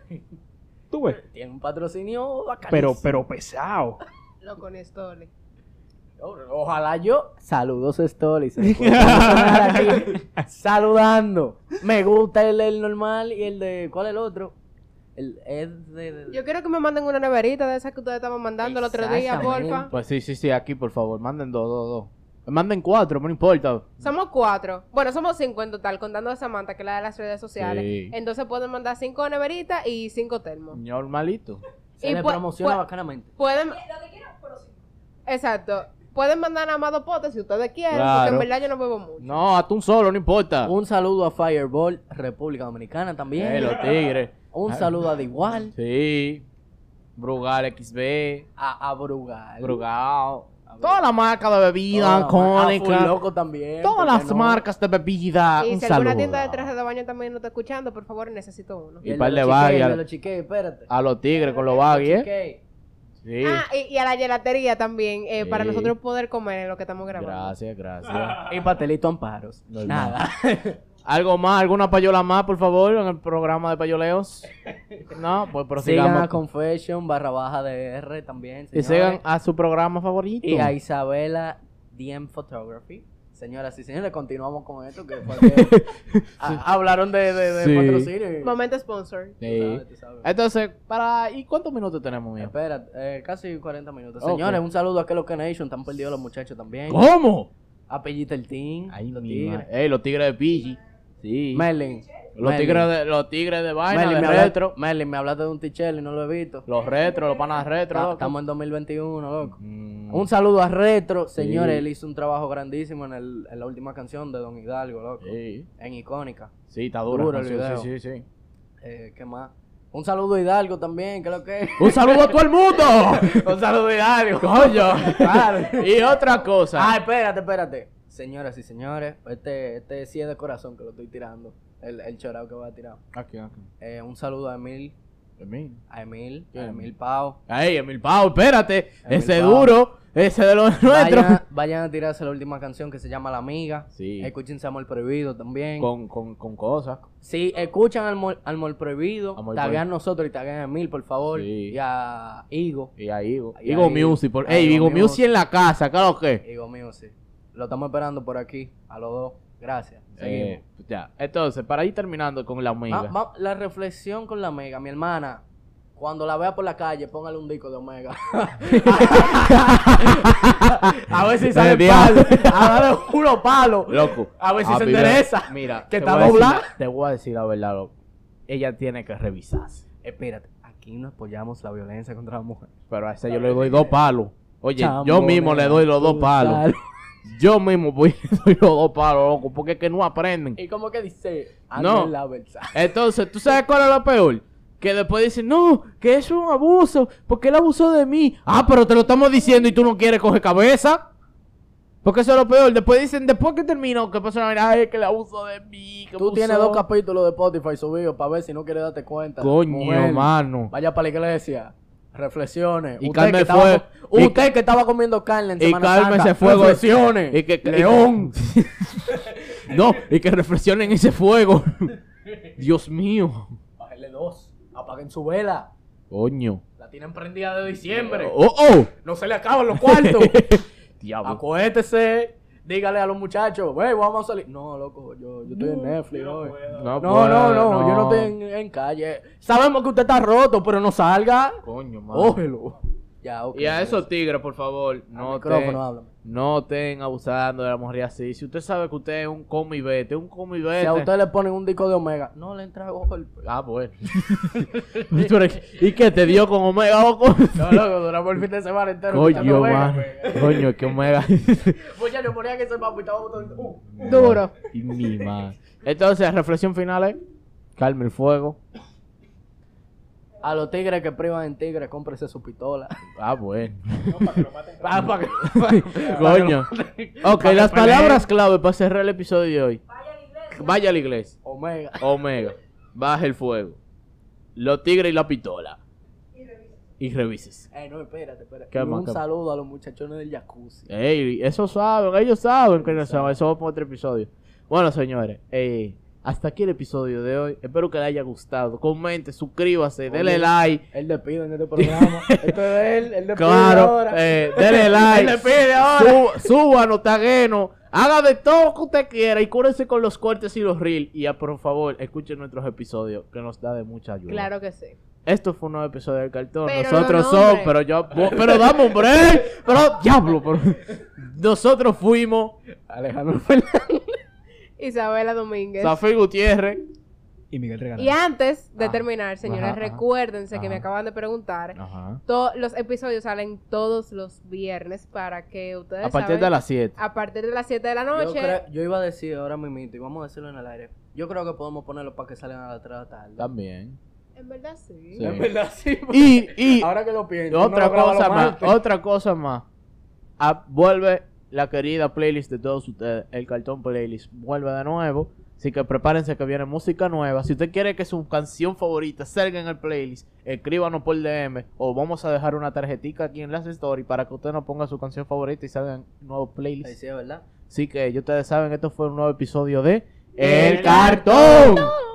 Speaker 4: Tú ves.
Speaker 1: Tiene un patrocinio
Speaker 4: Pero,
Speaker 1: bacanísimo.
Speaker 4: pero pesado.
Speaker 3: Loco Nestor.
Speaker 1: Ojalá yo. Saludos, Stories. se puede sonar aquí. Saludando. Me gusta el, el normal y el de. ¿Cuál es el otro? El, el de.
Speaker 3: Yo quiero que me manden una neverita de esas que ustedes estaban mandando el otro día,
Speaker 1: Exactamente.
Speaker 3: porfa.
Speaker 2: Pues sí, sí, sí, aquí, por favor, manden dos, dos, dos. Manden cuatro, no importa.
Speaker 3: Somos cuatro. Bueno, somos cinco en total, contando a Samantha, que es la de las redes sociales.
Speaker 2: Sí.
Speaker 3: Entonces pueden mandar cinco neveritas y cinco termos.
Speaker 2: Normalito.
Speaker 1: Se
Speaker 3: y pues,
Speaker 1: le
Speaker 3: pu-
Speaker 1: promociona
Speaker 3: pu-
Speaker 1: bacanamente.
Speaker 3: Pueden. Exacto. Pueden mandar nada más dos potes si ustedes quieren,
Speaker 2: Claro.
Speaker 3: porque en verdad yo no bebo mucho.
Speaker 2: No, hasta un solo, no importa.
Speaker 1: Un saludo a Fireball, República Dominicana también.
Speaker 2: Eh, los tigres.
Speaker 1: Un saludo a Digual,
Speaker 2: Sí. Brugal XB.
Speaker 1: a, a Brugal.
Speaker 2: Brugal. Toda la marca de bebida
Speaker 1: Toda la mar- a Ah, Full
Speaker 2: alcohólica.
Speaker 1: Loco también. ¿por
Speaker 2: Todas
Speaker 1: qué
Speaker 2: las
Speaker 1: no?
Speaker 2: marcas de bebida.
Speaker 3: Y
Speaker 2: Ah, un
Speaker 3: si
Speaker 2: saludo.
Speaker 3: alguna tienda de traje de baño también no está escuchando, por favor, necesito uno.
Speaker 2: Y
Speaker 1: el
Speaker 2: par
Speaker 1: de
Speaker 2: de
Speaker 1: los chiqueis,
Speaker 2: varias.
Speaker 1: el de los chiqueis, espérate.
Speaker 2: A los tigres con los
Speaker 1: El de
Speaker 2: baggies, ¿eh?
Speaker 1: chiqueis.
Speaker 2: Sí.
Speaker 3: Ah, y, y a la gelatería también, eh, para
Speaker 2: Sí.
Speaker 3: nosotros poder comer en lo que estamos grabando.
Speaker 2: Gracias, gracias.
Speaker 1: Y pastelito amparos.
Speaker 2: Normal.
Speaker 1: Nada.
Speaker 2: ¿Algo más? ¿Alguna payola más, por favor, en el programa de payoleos? No,
Speaker 1: Sigan
Speaker 2: pues
Speaker 1: a
Speaker 2: prosigamos.
Speaker 1: Confession, barra baja DR también.
Speaker 2: Y
Speaker 1: señores.
Speaker 2: sigan a su programa favorito.
Speaker 1: Y a Isabela DM Photography. Señoras y señores, continuamos con esto que fue que
Speaker 2: Ah,
Speaker 1: a- hablaron de, de, de
Speaker 2: Sí.
Speaker 1: patrocinio. y-
Speaker 3: Momento sponsor.
Speaker 1: Tú
Speaker 2: Sí.
Speaker 1: sabes, tú sabes.
Speaker 2: Entonces, para... ¿y cuántos minutos tenemos, mío?
Speaker 1: Espera, eh, casi 40 minutos.
Speaker 2: Ok. Oh.
Speaker 1: Señores, un saludo a que que Nation. Están perdidos los muchachos también.
Speaker 2: ¿Cómo?
Speaker 1: A Pellita el Team.
Speaker 2: Ay,
Speaker 1: los
Speaker 2: mi
Speaker 1: tigres.
Speaker 2: madre. Ey, los tigres de Pidgey. Sí.
Speaker 1: Merlin.
Speaker 2: los, tigres de, los tigres de vaina,
Speaker 1: Merlin,
Speaker 2: de
Speaker 1: me
Speaker 2: retro.
Speaker 1: hablaste, Merlin, me hablaste de un tichel y no lo he visto.
Speaker 2: Los retro, los panas retro.
Speaker 1: Ta-
Speaker 2: loco.
Speaker 1: Estamos en 2021, loco.
Speaker 2: Mm.
Speaker 1: Un saludo a Retro. Señores, él hizo un trabajo grandísimo en, el- en la última canción de Don Hidalgo, loco.
Speaker 2: Sí.
Speaker 1: En Icónica.
Speaker 2: Sí, está duro.
Speaker 1: Duro el
Speaker 2: sí,
Speaker 1: video.
Speaker 2: sí, sí, sí.
Speaker 1: Eh, ¿Qué más? Un saludo a Hidalgo también, creo que.
Speaker 2: ¡Un saludo a todo el mundo!
Speaker 1: un saludo a Hidalgo.
Speaker 2: ¡Coño!
Speaker 1: Claro.
Speaker 2: Y otra cosa.
Speaker 1: ah, espérate, espérate. Señoras y señores, este, este sí es de corazón que lo estoy tirando. El, el chorao que voy a tirar.
Speaker 2: Aquí, aquí.
Speaker 1: Eh, un saludo a Emil,
Speaker 2: Emil.
Speaker 1: a Emil,
Speaker 2: ¿Quién
Speaker 1: a
Speaker 2: es
Speaker 1: Emil
Speaker 2: Emil?
Speaker 1: Pau.
Speaker 2: Ey, Emil Pau, espérate.
Speaker 1: Emil
Speaker 2: ese
Speaker 1: Pau.
Speaker 2: duro. Ese de los nuestros.
Speaker 1: Vayan, vayan a tirarse la última canción que se llama La Amiga.
Speaker 2: Sí.
Speaker 1: Escuchen Amor Prohibido también.
Speaker 2: Con, con, con cosas.
Speaker 1: Si escuchan al Mol, al Mol Prohibido,
Speaker 2: Al Mol
Speaker 1: taguean
Speaker 2: Prohibido.
Speaker 1: nosotros y taguean a Emil, por favor.
Speaker 2: Sí.
Speaker 1: Y a Igo.
Speaker 2: Y ahí, Igo.
Speaker 1: Y
Speaker 2: Igo
Speaker 1: ahí,
Speaker 2: Music.
Speaker 1: a
Speaker 2: Por... Ey,
Speaker 1: Igo
Speaker 2: Igo
Speaker 1: Music.
Speaker 2: Music Eh, en la casa, claro que.
Speaker 1: Igo mío, sí. Lo estamos esperando por aquí, a los dos. Gracias. Seguimos.
Speaker 2: Eh, ya. Entonces, para ir terminando con la amiga.
Speaker 1: Va- va- la reflexión con la Omega, mi hermana. Cuando la vea por la calle, póngale un disco de Omega. a ver si sale
Speaker 2: Eh,
Speaker 1: palo.
Speaker 2: Dios.
Speaker 1: A darle uno palo.
Speaker 2: Loco. Ah,
Speaker 1: A ver si se
Speaker 2: mira,
Speaker 1: endereza.
Speaker 2: Mira,
Speaker 1: Que
Speaker 2: te
Speaker 1: está
Speaker 2: voy a decir-
Speaker 1: doblada.
Speaker 2: Te voy a decir la verdad, loco. Ella tiene que revisarse.
Speaker 1: Espérate, aquí no apoyamos la violencia contra la mujer.
Speaker 2: Pero a esa yo le doy dos palos. Oye, yo
Speaker 1: Chambonea,
Speaker 2: mismo le doy los dos palos.
Speaker 1: brutal.
Speaker 2: Yo mismo voy y le doy los dos palos, loco, porque es que no aprenden.
Speaker 1: Y como que dice,
Speaker 2: No.
Speaker 1: no es la verdad.
Speaker 2: Entonces, ¿tú sabes cuál es lo peor? Que después dicen, no, que eso es un abuso, porque él abusó de mí. Ah, pero te lo estamos diciendo y tú no quieres coger cabeza. Porque eso es lo peor. Después dicen, después que terminó, que pasó una ay, que le abusó de mí. que
Speaker 1: Tú tienes
Speaker 2: abusó".
Speaker 1: dos capítulos de Spotify subidos para ver si no quieres darte cuenta.
Speaker 2: Coño,
Speaker 1: Mujer,
Speaker 2: mano.
Speaker 1: Vaya para la iglesia. Reflexiones.
Speaker 2: Y
Speaker 1: usted, que
Speaker 2: calme
Speaker 1: estaba,
Speaker 2: fue-
Speaker 1: co-
Speaker 2: y-
Speaker 1: usted que estaba comiendo carne en
Speaker 2: Y
Speaker 1: Semana Santa.
Speaker 2: cálmese fuego.
Speaker 1: Reflexiones.
Speaker 2: Y que,
Speaker 1: León.
Speaker 2: Y que, No, y que reflexionen ese fuego. Dios mío.
Speaker 1: Bájenle dos. Apaguen su vela.
Speaker 2: Coño.
Speaker 1: La tienen prendida de diciembre.
Speaker 2: Oh, oh.
Speaker 1: No se le acaban los cuartos.
Speaker 2: Diablo.
Speaker 1: Acoétese. Dígale a los muchachos, wey, vamos a salir. No, loco, yo, yo estoy en Netflix hoy. No, no, no, yo no estoy en, en calle. Sabemos que usted está roto, pero no salga.
Speaker 2: Coño, madre.
Speaker 1: Cógelo. Ya, ok.
Speaker 2: Y a esos tigres, por favor,
Speaker 1: No,
Speaker 2: no
Speaker 1: micrófono,
Speaker 2: te...
Speaker 1: háblame.
Speaker 2: No estén abusando de la mujer así. Si usted sabe que usted es un come y vete, un come y vete.
Speaker 1: Si a usted le ponen un disco de Omega, no le entra golpe.
Speaker 2: Ah, bueno. Tú eres- ¿Y qué te dio con Omega o con.?
Speaker 1: No, loco, duramos el fin de semana entero. escuchando
Speaker 2: Coño,
Speaker 1: Omega.
Speaker 2: mano. Coño, qué Omega.
Speaker 1: Muchachos, ponía que ese papo y estaba botando. Uh,
Speaker 3: Duro.
Speaker 2: Y mi madre. Entonces, reflexión final es: calme el fuego.
Speaker 1: A los tigres que privan en tigres, cómprese su pistola.
Speaker 2: Ah, bueno.
Speaker 1: Ah, pa' que-
Speaker 2: Coño. Ok, las palabras clave para cerrar el episodio de hoy: vaya a la iglesia.
Speaker 1: Omega.
Speaker 2: Omega, baja el fuego. Los tigres y la pistola. Y revises.
Speaker 1: Eh, no, espérate, espérate.
Speaker 2: ¿Qué
Speaker 1: Y
Speaker 2: más,
Speaker 1: Un
Speaker 2: qué más?
Speaker 1: saludo a los muchachones del jacuzzi.
Speaker 2: Ey, eso saben, ellos saben que no saben. Eso va para otro episodio. Bueno, señores, eh, hasta aquí el episodio de hoy. Espero que les haya gustado. Comente, suscríbase, denle like.
Speaker 1: Él despide en este programa. Esto es de él, él despide
Speaker 2: Claro,
Speaker 1: ahora.
Speaker 2: eh, denle like. Suba, súbanos, taguenos. Haga de todo lo que usted quiera y cúrese con los cortes y los reels. Y ah, por favor, escuchen nuestros episodios que nos da de mucha ayuda.
Speaker 3: Claro que sí.
Speaker 2: Esto fue un nuevo episodio del cartón.
Speaker 3: Pero
Speaker 2: Nosotros
Speaker 3: no,
Speaker 2: somos,
Speaker 3: hombre.
Speaker 2: pero yo, pero dame un break. Pero diablo, pero- nosotros fuimos
Speaker 1: Alejandro Fernández.
Speaker 3: Isabela Domínguez.
Speaker 2: Zafir Gutiérrez.
Speaker 4: Y Miguel Regalado.
Speaker 3: Y antes de
Speaker 2: Ah,
Speaker 3: terminar, señores,
Speaker 2: ajá, ajá.
Speaker 3: recuérdense que me
Speaker 2: Ajá.
Speaker 3: acaban de preguntar.
Speaker 2: Ajá.
Speaker 3: to- los episodios salen todos los viernes para que ustedes
Speaker 2: A partir
Speaker 3: saben-
Speaker 2: de las 7.
Speaker 3: a partir de las 7 de la
Speaker 1: Yo,
Speaker 3: noche.
Speaker 1: creo- yo iba a decir ahora mismito, y vamos a decirlo en el aire. Yo creo que podemos ponerlo para que salgan a las 3 de la tarde.
Speaker 2: También.
Speaker 3: En verdad sí.
Speaker 2: Sí.
Speaker 1: En verdad, sí.
Speaker 2: Y, y
Speaker 1: ahora que lo pienso.
Speaker 2: otra
Speaker 1: no lo grabo
Speaker 2: cosa
Speaker 1: los
Speaker 2: más,
Speaker 1: martes.
Speaker 2: otra cosa más. Ah, vuelve la querida playlist de todos ustedes, el cartón playlist. Vuelve de nuevo. Así que prepárense que viene música nueva. Si usted quiere que su canción favorita salga en el playlist, escríbanos por DM o vamos a dejar una tarjetita aquí en las stories para que usted nos ponga su canción favorita y salga en nuevo
Speaker 1: Ahí
Speaker 2: playlist.
Speaker 1: sí, es verdad.
Speaker 2: Así que ya ustedes saben, esto fue un nuevo episodio de El Cartón.